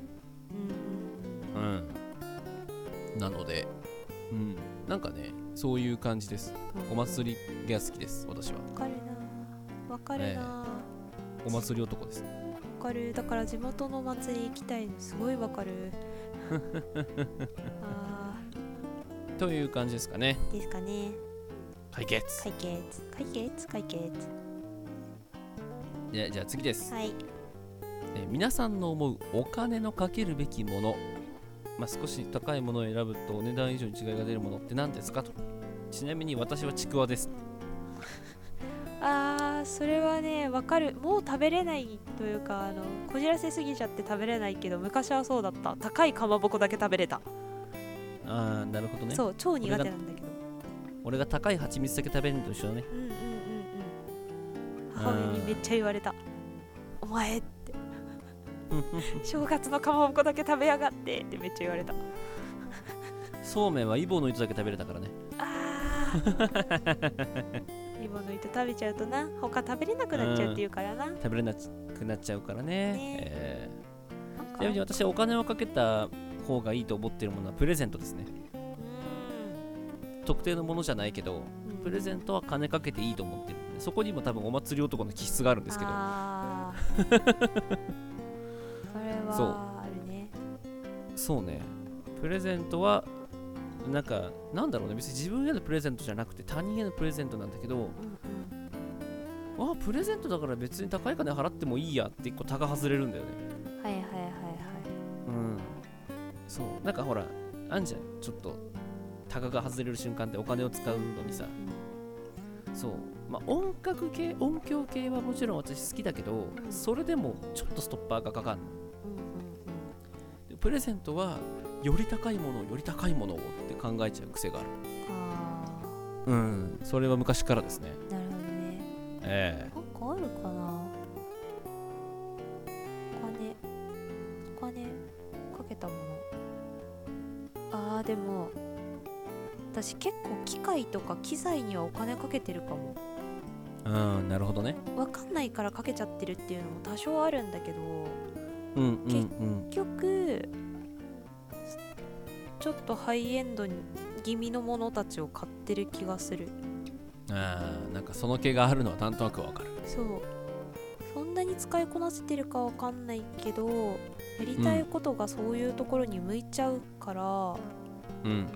[SPEAKER 1] うん、なのでうんなんかねそういう感じです
[SPEAKER 2] うん
[SPEAKER 1] お祭りが好きです私は
[SPEAKER 2] わかるなわかるな、
[SPEAKER 1] ええお祭り男です
[SPEAKER 2] わかるだから地元の祭り行きたいのすごいわかるあ
[SPEAKER 1] という感じですかね
[SPEAKER 2] ーですかね
[SPEAKER 1] 解決
[SPEAKER 2] 解決解決解決
[SPEAKER 1] でじゃあ次です、
[SPEAKER 2] はい
[SPEAKER 1] えー皆さんの思うお金のかけるべきもの、まあ、少し高いものを選ぶとお値段以上に違いが出るものって何ですかとちなみに私はちくわです
[SPEAKER 19] それはねわかるもう食べれないというかあのこじらせすぎちゃって食べれないけど昔はそうだった高いかまぼこだけ食べれた、
[SPEAKER 1] ああなるほどね
[SPEAKER 19] そう超苦手なんだけど
[SPEAKER 1] 俺が俺が高い蜂蜜だけ食べるのと一緒だね
[SPEAKER 19] うんうんうんうん母親にめっちゃ言われたお 前って正月のかまぼこだけ食べやがってってめっちゃ言われた
[SPEAKER 1] そうめんはイボの糸だけ食べれたからね
[SPEAKER 19] リボンの糸食べちゃうとな他食べれなくなっちゃうっていうからな、
[SPEAKER 1] ん食べれなくなっちゃうからねえ
[SPEAKER 19] ー
[SPEAKER 1] ちなみに私はお金をかけた方がいいと思ってるものはプレゼントですね特定のものじゃないけどプレゼントは金かけていいと思ってるんでそこにも多分お祭り男の気質があるんですけど
[SPEAKER 19] あ ーそれ
[SPEAKER 1] そう
[SPEAKER 19] はあるね
[SPEAKER 1] そうねプレゼントはなんかなんだろうね別に自分へのプレゼントじゃなくて他人へのプレゼントなんだけど、あプレゼントだから別に高い金払ってもいいやって一個タが外れるんだよね
[SPEAKER 19] はいはいはいはい
[SPEAKER 1] うんそうなんかほらあんじゃんちょっとタガが外れる瞬間ってお金を使うのにさそうまあ音楽系音響系はもちろん私好きだけどそれでもちょっとストッパーがかかんのでプレゼントはより高いものをより高いものをって考えちゃう癖があるうんそれは昔からですね
[SPEAKER 19] なるほどね
[SPEAKER 1] え
[SPEAKER 19] なんかあるかなお金お金かけたものあーでも私結構機械とか機材にはお金かけてるかも
[SPEAKER 1] えうんなるほどね
[SPEAKER 19] わかんないからかけちゃってるっていうのも多少あるんだけど
[SPEAKER 1] うんうんうん
[SPEAKER 19] 結局ちょっとハイエンドに気味のものたちを買ってる気がする
[SPEAKER 1] あーなんかその気があるのはなんとなくわかる
[SPEAKER 19] そうそんなに使いこなせてるかわかんないけどやりたいことがそういうところに向いちゃうから、
[SPEAKER 1] うん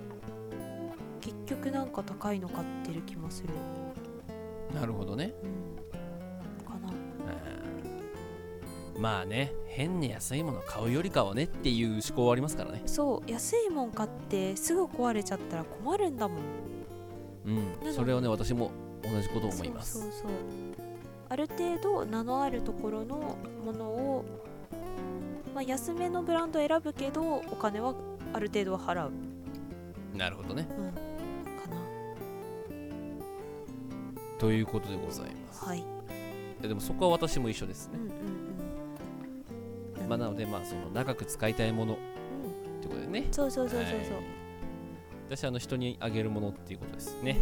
[SPEAKER 19] 結局なんか高いの買ってる気もする
[SPEAKER 1] なるほどね
[SPEAKER 19] かな
[SPEAKER 1] うんまあね変に安いもの買うよりかはねっていう思考はありますからね
[SPEAKER 19] そう安いもん買ってすぐ壊れちゃったら困るんだもん
[SPEAKER 1] う
[SPEAKER 19] なんんか
[SPEAKER 1] それはね私も同じことを思いま
[SPEAKER 19] そ
[SPEAKER 1] す
[SPEAKER 19] うそうそうある程度名のあるところのものを、まあ、安めのブランド選ぶけどお金はある程度は払う
[SPEAKER 1] なるほどね、
[SPEAKER 19] うん
[SPEAKER 1] ということでございます
[SPEAKER 19] はい
[SPEAKER 1] やでもそこは私も一緒ですね、
[SPEAKER 19] うん
[SPEAKER 1] まあなのでまあその長く使いたいものってことでね
[SPEAKER 19] そうそうそうそうそう
[SPEAKER 1] はい私はあの人にあげるものっていうことですね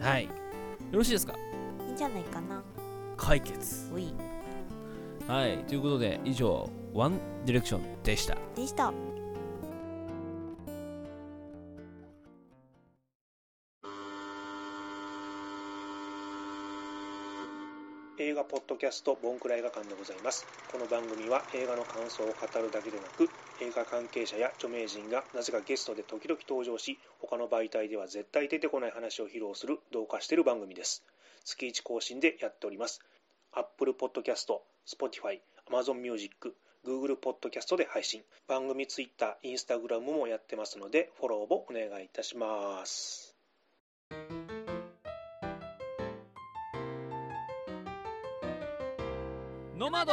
[SPEAKER 1] はいよろしいですか
[SPEAKER 19] いいんじゃないかな
[SPEAKER 1] 解決
[SPEAKER 19] おい
[SPEAKER 1] はいということで以上ワンディレクションでした
[SPEAKER 19] でした
[SPEAKER 20] 映画ポッドキャストボンクラ映画館でございますこの番組は映画の感想を語るだけでなく映画関係者や著名人がなぜかゲストで時々登場し他の媒体では絶対出てこない話を披露する同化している番組です月1更新でやっております Apple Podcast、Spotify、Amazon Music、Google Podcast で配信番組 Twitter、Instagram もやってますのでフォローもお願いいたします
[SPEAKER 1] ノマド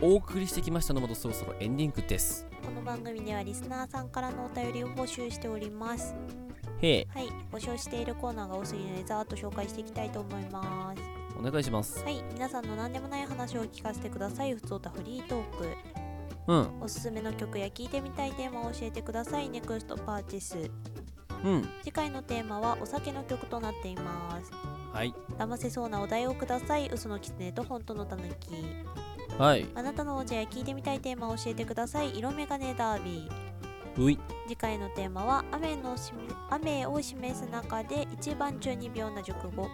[SPEAKER 1] お送りしてきましたノマドそろそろエンディングです
[SPEAKER 2] この番組ではリスナーさんからのお便りを募集しております
[SPEAKER 1] へえ
[SPEAKER 2] はい募集しているコーナーが多すぎるのでざーっと紹介していきたいと思います
[SPEAKER 1] お願いします
[SPEAKER 2] はい皆さんの何でもない話を聞かせてくださいふつおたフリートーク
[SPEAKER 1] うん
[SPEAKER 2] おすすめの曲や聞いてみたいテーマを教えてくださいネクストパーティス
[SPEAKER 1] うん
[SPEAKER 2] 次回のテーマはお酒の曲となっています
[SPEAKER 1] はい
[SPEAKER 2] 騙せそうなお題をください嘘の狐と本当のたぬき
[SPEAKER 1] はい
[SPEAKER 2] あなたのお茶や聞いてみたいテーマを教えてください色眼鏡ダービー
[SPEAKER 1] うい
[SPEAKER 2] 次回のテーマは雨のし雨を示す中で一番中二病な熟語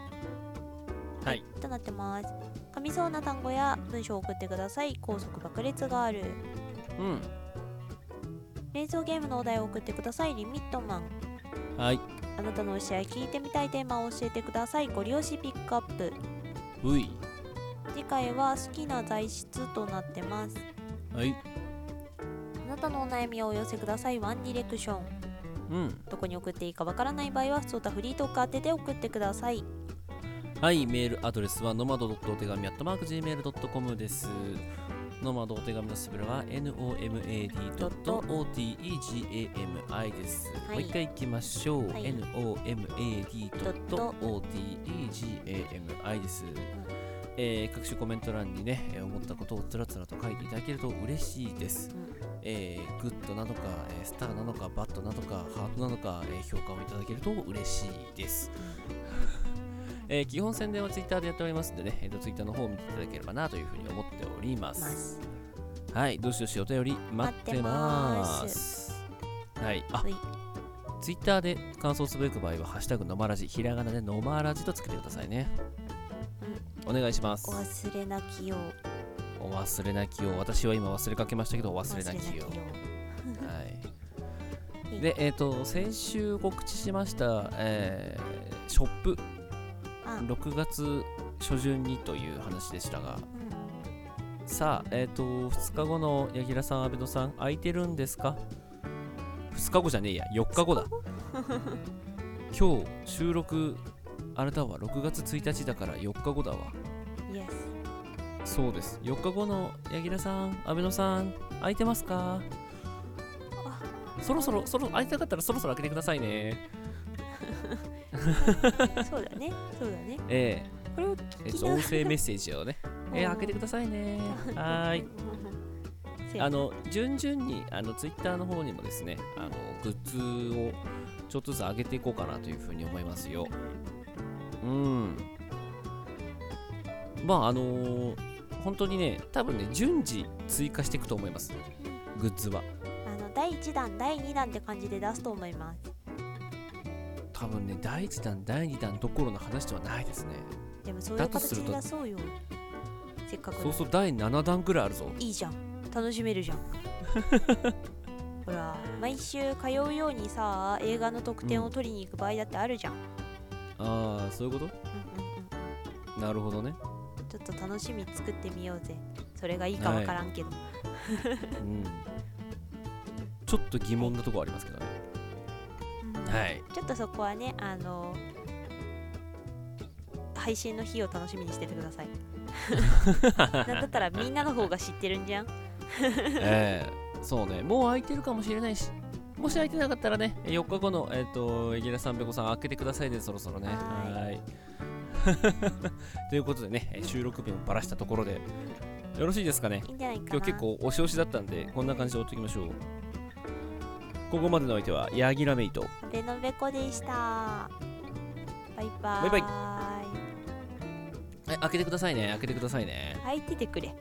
[SPEAKER 1] はい
[SPEAKER 2] となってます噛みそうな単語や文章を送ってください高速爆裂がある
[SPEAKER 1] うん
[SPEAKER 2] 冷蔵ゲームのお題を送ってくださいリミットマン
[SPEAKER 1] はい
[SPEAKER 2] あなたの推しや聞いてみたいテーマを教えてくださいご利用しピックアップ
[SPEAKER 1] うい
[SPEAKER 2] 次回は好きな材質となってます
[SPEAKER 1] はい
[SPEAKER 2] あなたのお悩みをお寄せくださいワンディレクション
[SPEAKER 1] うん
[SPEAKER 2] どこに送っていいかわからない場合は普通たフリートーク宛てで送ってください
[SPEAKER 1] はい、メールアドレスは nomad.otegami.gmail.com です。ノマドお手紙のスペルは nomad.otegami です。
[SPEAKER 2] は
[SPEAKER 1] も
[SPEAKER 2] い
[SPEAKER 1] う一回いきましょう。
[SPEAKER 2] はい
[SPEAKER 1] nomad.otegami です。えー各種コメント欄にね、えー思ったことをつらつらと書いていただけると嬉しいです。えーグッドなのか、えースターなのか、バッドなのか、ハートなのか、えー評価をいただけると嬉しいです。 えー基本宣伝はツイッターでやっておりますんでね、えーとツイッターの方を見ていただければなというふうに思っております。はい、どしどしお便り待ってます。はい、あ、ツイッターで感想をつぶやく場合は、ハッシュタグのまらじ、ひらがなでのまらじとつけてくださいね。お願いします
[SPEAKER 2] お。忘れなきよう
[SPEAKER 1] お忘れなきよう、私は今忘れかけましたけど、お忘れなきよう。はい。で、えっ、と、先週告知しました、えーショップ、6月初旬にという話でしたが、さあ、えっ、と、2日後の柳楽さん、阿部野さん、空いてるんですか ?2 日後じゃねえや、4日後だ。今日、収録、あれだわ、6月1日だから4日後だわ。そうです。4日後の柳楽さん、阿部野さん、空いてますかそろそろ、そろ空いてなかったらそろそろ開けてくださいね。
[SPEAKER 2] そうだねそうだね
[SPEAKER 1] ええ
[SPEAKER 2] これを
[SPEAKER 1] え
[SPEAKER 2] 聞
[SPEAKER 1] っ
[SPEAKER 2] き
[SPEAKER 1] と
[SPEAKER 2] なが
[SPEAKER 1] 音
[SPEAKER 2] ら
[SPEAKER 1] 声メッセージをね。 ええ開けてくださいね。はー い。あの順々にあのツイッターの方にもですねあのグッズをちょっとずつ上げていこうかなというふうに思いますようんまああのー本当にね多分ね順次追加していくと思いますグッズは
[SPEAKER 2] あの第1弾第2弾って感じで出すと思います
[SPEAKER 1] 多分ね第1弾第2弾どころの話ではないですね
[SPEAKER 2] でもそうい
[SPEAKER 1] だ
[SPEAKER 2] う
[SPEAKER 1] とす
[SPEAKER 2] 形
[SPEAKER 1] る
[SPEAKER 2] で
[SPEAKER 1] と
[SPEAKER 2] 出そうよせっかくだ
[SPEAKER 1] そうそう第7弾ぐらいあるぞ
[SPEAKER 2] いいじゃん楽しめ るじゃんほら毎週通うようにさ映画の特典を取りに行く場合だってあるじゃん、
[SPEAKER 1] ああそういうこと、なるほどね
[SPEAKER 2] ちょっと楽しみ作ってみようぜそれがいいかわからんけど、
[SPEAKER 1] うんちょっと疑問なとこありますけどねはい
[SPEAKER 2] ちょっとそこはねあの配信の日を楽しみにしててください なんだったらみんなの方が知ってるんじゃん
[SPEAKER 1] ええそうね、もう空いてるかもしれないし、もし空いてなかったらね、4日後の、えっ、と、エギラさん、べこさん、開けてくださいね、そろそろね。はーい。 ということでね、えー収録日もばらしたところで、よろしいですかね。
[SPEAKER 2] いいんじゃないかな
[SPEAKER 1] 今日結構押し押しだったんで、こんな感じで終わっていきましょう。ここまでのお相手は、ヤギラメイト。
[SPEAKER 2] ベノベコでしたバイバーイ
[SPEAKER 1] バイバイえ、開けてくださいね、開けてくださいね。
[SPEAKER 2] 開いててくれ